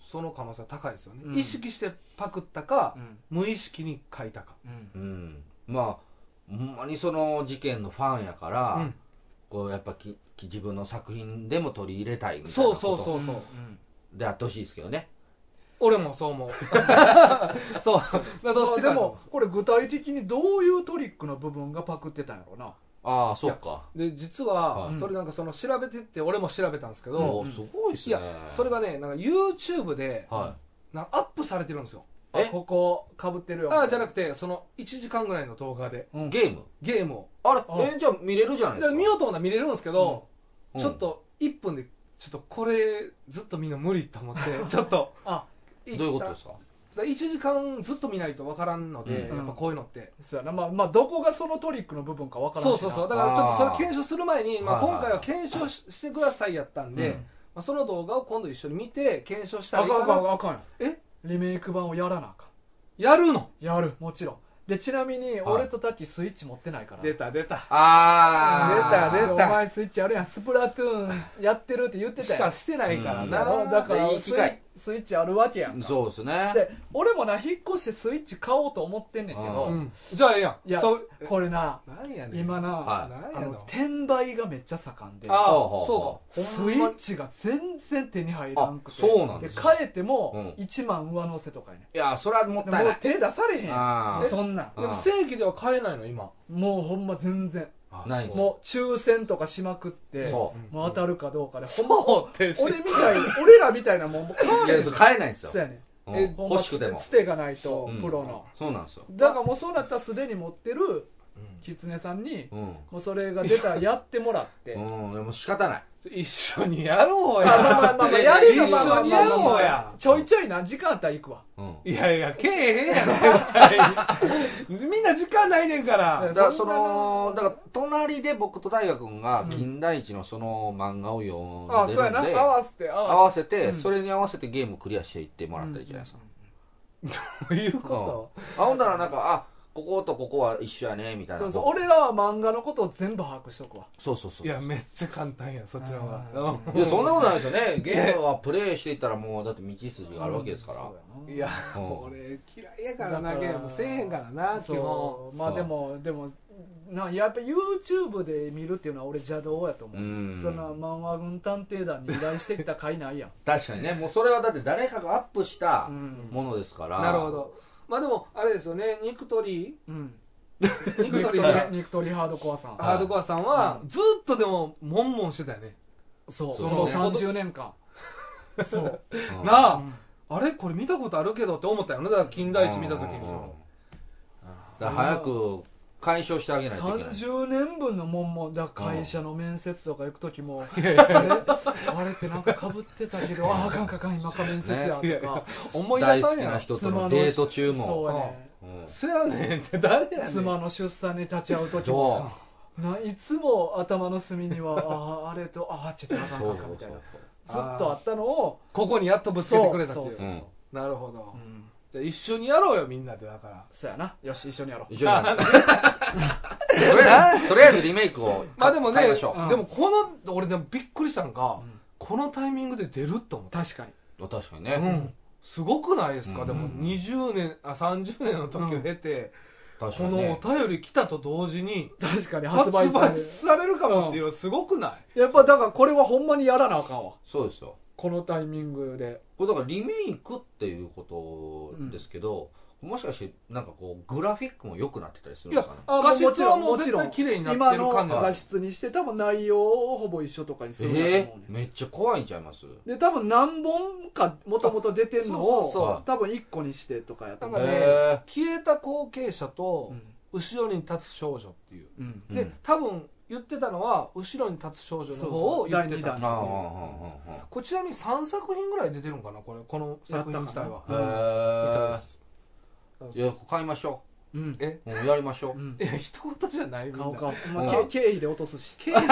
C: その可能性は高いですよね、
A: うん
C: 意識してパクったか
A: う、ん
C: 無意識に書いたか、
A: うん
B: うんうんまあほんまにその事件のファンやから、
C: うん
B: こうやっぱきき自分の作品でも取り入れたいみたいな
C: そう
B: こと
C: そうそうそう、
A: ん
B: であってほしいですけどね
C: 俺もそう思うそうだからど
A: まあ
C: っちか
A: で
C: でも
A: もこれ具体的にどういうトリックの部分がパクってたんやろうな
B: ああそうか
C: で実
B: は
C: はいそれなんかその調べてって俺も調べたんですけど、
B: おーすごいです
C: い
B: ね
C: やそれがねなんか YouTube で
B: は
C: なんかアップされてるんですよ
A: あ
B: え
A: ここかぶってるよ
C: ああじゃな
A: く
C: くてその1時間ぐらいの動画で
A: うん
B: いゲーム
C: ゲームを
B: あれ
A: あ
B: えじゃあ見れるじゃないです
C: だから
B: か
C: 見ようと思ったら見れるんですけど、
B: うん
C: ちょっと1分でちょっとこれずっと見るの無理 と思ってちょっと
A: あ
B: どういうことですか
C: 1時間ずっと見ないと分からんので、
B: うん
C: やっぱこういうのって、
A: そうやなまあまあどこがそのトリックの部分かわからんし
C: そ
A: な
C: うそうそうだからちょっとそれ検証する前にまあ、
B: はいはい
C: 今回は検証ししてくださいやったんで、
B: うん
C: まあ、その動画を今度一緒に見て検証したら
A: あ
C: いい
A: かん
C: か
A: あか
C: なん
A: あかんよ
C: え
A: リメイク版をやらなあかん
C: やるの
A: やるもちろんでちなみに俺とタッキースイッチ持ってないから、
C: 出た出た
B: ああ
C: 出た出た
A: お前スイッチあるやんスプラトゥーンやってるって言ってた
C: し
A: や
C: か
A: ん
C: してないから
B: うん
C: な、
A: だから
B: いい機会
A: スイッチあるわけやんか
B: そうですね
A: で俺もな引っ越してスイッチ買おうと思ってんねんけど、
B: うん
C: うんじゃあええやん
A: いや
C: そう
A: これな
C: なんやねん
A: 今な、
B: は
C: なん
A: あ
C: や
A: の
C: の
A: 転売がめっちゃ盛んで
C: ああ
B: ほうほうほ
C: そう
A: ス
C: か
A: イッチが全然手に入らんくて
B: あそうなんです
A: で
B: ね
A: 買えても
B: う
A: 1万上乗せとかやね
B: いやそれはもっ
A: で
B: たい
A: も
B: な
A: う
B: い
A: 手出されへんや
B: あ
A: ん
B: ー
A: そんなん
B: あ
C: でも正規では買えないの今
A: もうほんま全然
B: ないです
A: もう抽選とかしまくって
B: そ
A: もう当たるかどうかでほんま
B: そうって
A: 俺みたい俺らみたいなもんもう買わ
B: い
A: れへ
B: や
A: ん
B: それ買えないんです
A: そう
B: よ
A: やねん
B: うん
C: え
A: ほんま
B: 欲しくても
A: つてがないと
B: うん
A: プロの
B: そうなんですよ
A: だからもうそうなったらすでに持ってる
C: う
A: キツネさんに
B: うん
A: もうそれが出たらやってもらって
B: うんでも仕方ない
C: ん一緒にやろ
A: ま
C: う
A: あまあ
C: や
A: まあまあやれる
C: 一緒にやろうや
A: ちょいちょいな時間あったら行くわ
B: うん
C: いやいやけえへんやん絶対みんな時間ないねんから
B: だから
A: そ
B: そ
A: んな
B: のだから隣で僕と大河君が金田一のその漫画を
A: ああ
B: 読
A: そうんや
B: で
A: な
B: るんで
A: 合わせて合
B: 合わ
A: わせて
B: せて
A: うん
B: それに合わせてゲームクリアしていってもらったらいいじゃないですか
C: そういう
B: そ
C: こ
B: あほんだらなんかあこことここは一緒やねみたいな
A: そうそう
B: こ
A: 俺らは漫画のことを全部把握しとくわ
B: そうそうそ
C: と
B: う
C: い
B: い
C: や
B: や
C: めっちゃ簡単やそっちの方
A: あー
C: が
B: いやそんなことないですよ ねゲームはプレイしていったらもうだって道筋があるわけですから
A: そう
C: う
A: やな
C: ん
A: い
C: や
B: うん
C: 俺嫌いやから
A: だ
C: な
A: から
C: ゲームせえへんからな基本
A: そうまあでもでもなやっぱ YouTube で見るっていうのは俺邪道やと思
B: う
A: う、
B: ん
A: そんな漫画軍探偵団に依頼してきた甲斐ないやん、
B: 確かにねもうそれはだって誰かがアップした
A: うん
B: ものですから
C: なるほどまあでもあれですよね肉取
A: うん、
C: り肉
A: 肉
C: 取
A: 取
C: り
A: り
C: ハ
A: 肉取りハードコアさん
C: ードコアさんはずっとでももんもんしてたよね
A: そう
B: そう
A: この30年 間そう、
B: うん
C: なあ
A: うん
C: あれこれ見たことあるけどって思ったよねだから金田一見た時に
B: うんだから早く解消してあげないといけない
A: 30年分のもんもだから会社の面接とか行く時もあ
C: い
A: れ
C: やい
A: あれってなんかかぶってたけどああかんかかん今から面接やと
C: いやい
A: か
C: や思い出さ
B: 大
C: んや
B: 好
C: ろ
B: きな人とのデート中
A: そう
B: も
A: やね
B: うん
C: せやねんって誰やねん
A: 妻の出産に立ち会う時も
B: そ
A: ないつも頭の隅にはあああれとああちょっとあ
B: う
A: かん
B: そ
A: か
B: うん
A: か
B: そ
A: み
B: う
A: たいう
B: そ
A: なずっとあったのを
C: ここにやっとぶつけてくれたっていう
A: そうそうそうそう
C: なるほど、
A: うん
C: じゃあ一緒にやろうよみんなでだから
A: そうやなよし一緒にやろう
B: 一緒にやろうとりあえずとりあえずリメイクを
C: まあでも
B: 買
C: ね
B: いましょ
A: うん
C: でもこの俺でもびっくりしたんが、
A: うん
C: このタイミングで出ると思った
A: 確かに
B: う確かに
C: う
B: ね
C: んすごくないですか、
B: うん
C: でも20年あ30年の時を経て、
B: 確か
C: こ
B: にね
C: のお便り来たと同時に
A: 確かに発
C: 発
A: 売
C: 売
A: される
C: されるかもっていうのはすごくない、
A: やっぱだからこれはほんまにやらなあかんわ
B: そうですよ
A: このタイミングで
B: これだからリメイクっていうことですけど、もしかしてなんかこうグラフィックも良くなってたりするんですかね
A: あ
C: 画質はもう絶対綺麗になってる感じなん
A: 今
C: です
A: の画質にして多分内容をほぼ一緒とかにするんだと思う
B: え
A: ね
B: ー、めっちゃ怖いんちゃいます
A: で多分何本かもともと出てんの
C: あそうそう
B: そ
A: を
B: う
A: 多分1個にしてとかやと思
C: な
A: うん
C: かね
B: へ
C: 消えた後継者
A: う
C: と
A: ん
C: 後ろに立つ少女っていう、
A: うん
B: うん
C: で多分言ってたのは後ろに立つ少女の方を言って
A: そうそう第
C: た
A: 二
B: あああああああ
C: これちなみに3作品ぐらい出てるんかなこれこの作品自体は
A: やったかな
C: みたい
B: へ
C: です
B: えいや買いましょ
A: うん
B: うもうやりましょ
A: う
B: うん
C: いや一言じゃないみんな
A: 顔か、ま
B: うん
A: あ、経経費で落とすし
C: 経費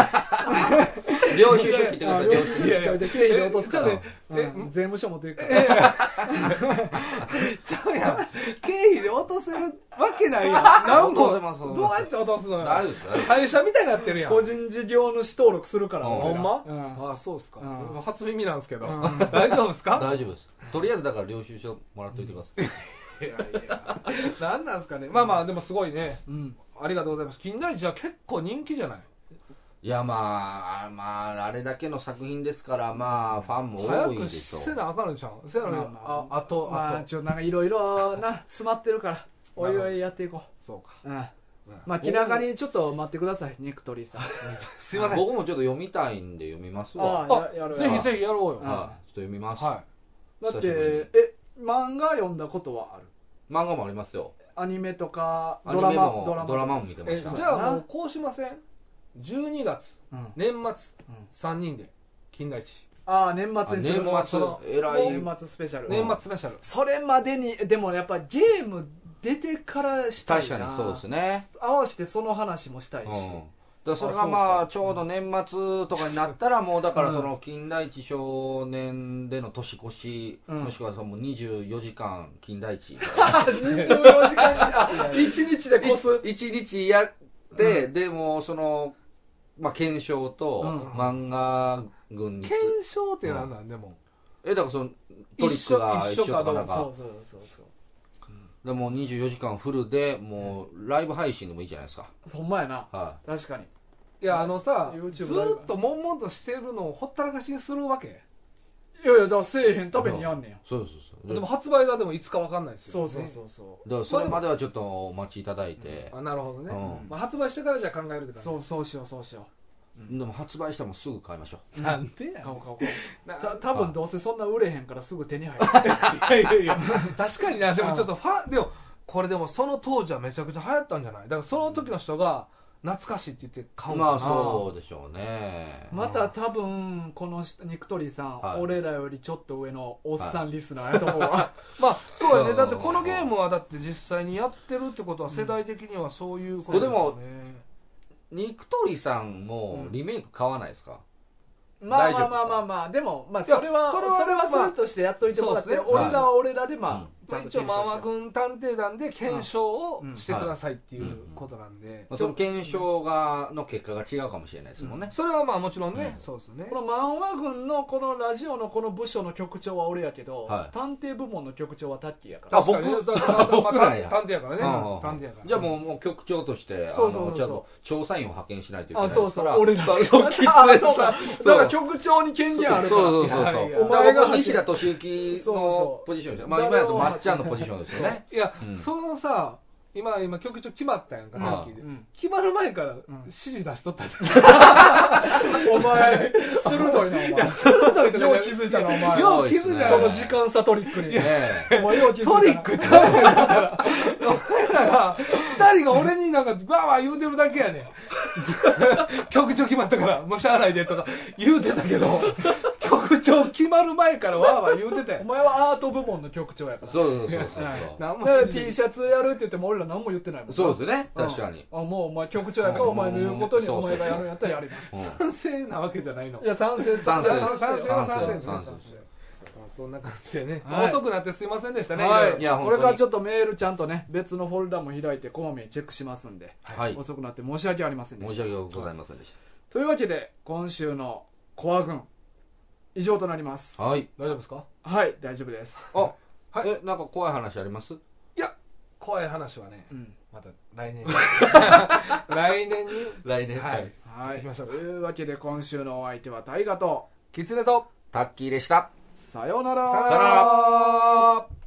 B: 領収書切ってくだ
A: あ
B: さい
A: 領
B: 領
A: 収
B: 収
A: 書
B: 書
A: で経費で落とすか
C: え
A: ら
C: ょっとね
A: うん
C: え
A: 税務署持っていくから
C: ちゃうやん経費で落とせるわけないやん何
B: 落とせ
C: も
B: ます落とせ
C: どう
B: ます
C: やって落とすの
B: 大丈
C: よ
B: 夫です大丈夫です
C: 会社みたいになってるやん
A: 個人事業主登録するから
B: うん
A: 俺
C: ほ
A: ら
C: んま、
A: うん
C: あそうっすか、
A: うん
C: 初耳なんですけど、
A: うん
C: 大丈夫ですか
B: 大丈夫ですとりあえずだから領収書もらっといてください
C: いやいや何なんですかねまあまあでもすごいね
A: うん
C: ありがとうございます金田一は結構人気じゃない
B: いやまあまああれだけの作品ですからまあファンも
C: 早
B: 多いで
C: く
B: しょ
C: せなあかんのちゃうせやのに、
A: まあ
C: あ
A: ま
C: あ、と、
A: ま
C: あ
A: あ
C: と
A: ちょっとなんかいろいろな詰まってるからおいおいやっていこ
C: そうか
A: ううん
C: うん
A: まあ気長にちょっと待ってください肉取りさん
C: すいません
B: 僕もちょっと読みたいんで読みますわ
A: あ
B: はい
A: あややる
C: ぜ
A: や
C: ひぜひやろうよ、
A: うん
B: ちょっと読みます
C: は
A: だっ
B: 久しぶりに
A: てえ漫画読んだことはある
B: 漫画もありますよ
A: アニメとか
B: ア
A: ド
B: ニ
A: ラ
B: メ
A: マ
B: も
A: ドラマ
B: ドラマも見て
C: い、
B: ま
C: え
B: した
A: そう
C: じ
A: だ
C: ゃ
A: な
C: あもうこうしません12月
A: うん
C: 年末、
A: うん
C: 三3人で金田一
A: ああ年末にする
B: 年末えらい
A: 年末スペシャル
C: 年末スペシャル、
A: それまでにでもやっぱゲーム出てからしたい
B: 確
A: な
B: かにそうですね
A: 合わせてその話もしたいし、
B: うんだからそれがまあちょうど年末とかになったらもうだからその金田一少年での年越し
A: うん
B: もしくはその24時間金 田一
A: 24時間あ1日で越す
B: 一日やって、でもその、まあ、検証と
A: うん
B: 漫画軍につ、
C: 検証ってなんなんでも
B: えだからそのトリ
A: 一
B: ック
A: 緒
B: が
A: 一緒かど
B: と
A: う
B: な
A: か
B: ん
A: そ
B: か
A: うそうそうそう
B: でもう24時間フルでもうライブ配信でもいいじゃないですか、
A: ほんまやな
B: は
A: 確かに
C: いやあのさ
A: YouTube
C: ずーっと悶々としてるのをほったらかしにするわけ
A: いやいやだからせえへんためにやんねんや
B: い、そうそうそう
C: でも発売がでもいつかわかんないですよ
A: そ
C: ね
A: うそうそうそ
B: だからそれまではちょっとお待ちいただいて、
C: あなるほどね
B: うん
C: まあ発売してからじゃあ考えるって
A: う
C: 感じ
A: そうそうしようそうしよ
B: でも発売したらもうすぐ買いましょ
A: う
C: なんでや
A: 買お
C: ね
A: うん買おう買
C: な
A: おうた多分どうせそんな売れへんからすぐ手に入る
C: いやいやいや確かになでもちょっとファンでもこれでもその当時はめちゃくちゃ流行ったんじゃないだからその時の人が懐かしいって言って買
B: う
C: う
B: ま
C: の
B: あ
C: かな、
B: そうでしょうね、
A: また多分この人肉鳥さん、
B: はい
A: 俺らよりちょっと上のおっさんリスナーやと思うわ、
C: まあそうや
B: う
C: ね
B: ん
C: だってこのゲームはだって実際にやってるってことは世代的にはそういうこと
B: うん
C: ですよね、
B: 肉鳥さんもリメイク買わないですか、
A: まあ
B: 大丈
A: まあまあ
B: 夫
A: まあまあでもまあ
C: いや
A: それはそ
C: そ
A: れ
C: れは
A: はそれは
C: まあ
A: それとしてやっといてもらって、
C: そうです
B: ね
A: 俺らは俺らでまあ、
B: うん
A: ちゃんと
C: 一応
A: 検証
C: マ
A: し
C: マ
A: て
C: 軍探偵団で検証を
A: うん
C: してくださいっていうことなんで、
B: まあ、その検証がの結果が違うかもしれないですもんね、
C: それはまあもちろんね、そうですよね
A: このマンワ軍のこのラジオのこの部署の局長は俺やけど、
B: はい
A: 探偵部門の局長はタッキーやから
B: あ僕
C: 確かにねだからまあ
B: 僕なんや
C: 探偵やからね、
B: うんうん
C: 探偵やから
B: じゃあもうもう局長としてあ
A: そうそうそう
B: のちゃんと調査員を派遣しないといけない
A: あ
B: ですか
A: そ
B: ら
A: うそう俺らし
B: そう
A: か
B: きつい
A: あそうか
B: そう
A: だから局長に権限あるから
B: そうそうそうそう
A: いやいや
B: お前が西
A: 西
B: 田
A: 田
B: 敏行
A: そう
B: の
A: そう
B: ポジションでしょまあ今やとまっちゃんのポジションですよね
C: いや、
B: うん
C: そのさ今今局長決まったやんか、
B: うん
C: さっきで
A: うん
C: 決まる前から
A: ん
C: 指示出しとったで、
A: お前鋭いなお前
C: 鋭いとか
A: よう気づいたなお前
C: よう気づいたな
A: その時間差トリックに
B: ねえ
A: お前よう気づいたな
C: トリックちゃうやんだから俺らが2人が俺になんかバーバー言うてるだけやねん局長決まったからもうしゃあないでとか言うてたけど局長決まる前からわーわー言うてたや
A: お
C: ん
A: 前はアート部門の局長やから
B: そうそうそうそう
A: はい
B: そう
C: 何も
A: だから
C: 指
A: T シ
C: 示
A: ャツやるって言っても俺ら何も言ってないもんな
B: そうですね確かに
A: あもうお前局長やから
B: うん
A: お前の言うことに
B: うん
A: お前がやるんやったらやります
B: うん
C: 賛成なわけじゃないの
A: いや賛成
B: 賛成
C: 賛成は賛成
B: 賛成賛成
C: そんな感じでね、
A: はい
C: 遅くなってすいませんでしたね、
A: はい
C: ろ
A: い、
C: ろ
B: いや本
A: こ
B: 当に
A: れからちょっとメールちゃんとね別のフォルダも開いてこまめにチェックしますんで、
B: はい
A: 遅くなって申し訳ありませんで
B: 申
A: し
B: した訳ございませんでし
A: というわけで今週のコア軍以上となります
B: たはい
C: 大丈夫ですか
A: はい大丈夫です、
B: あ
C: はい
B: えなんか怖い話あります
C: いや怖い話はね
A: うん
C: また来年に来年に
B: 来
C: はい
A: は
C: やって
A: い
C: いきましょう
A: というわけで今週のお相手は大ガと
C: キツネと
B: タッキーでした
A: さようなら
C: さよ
B: なら
C: なら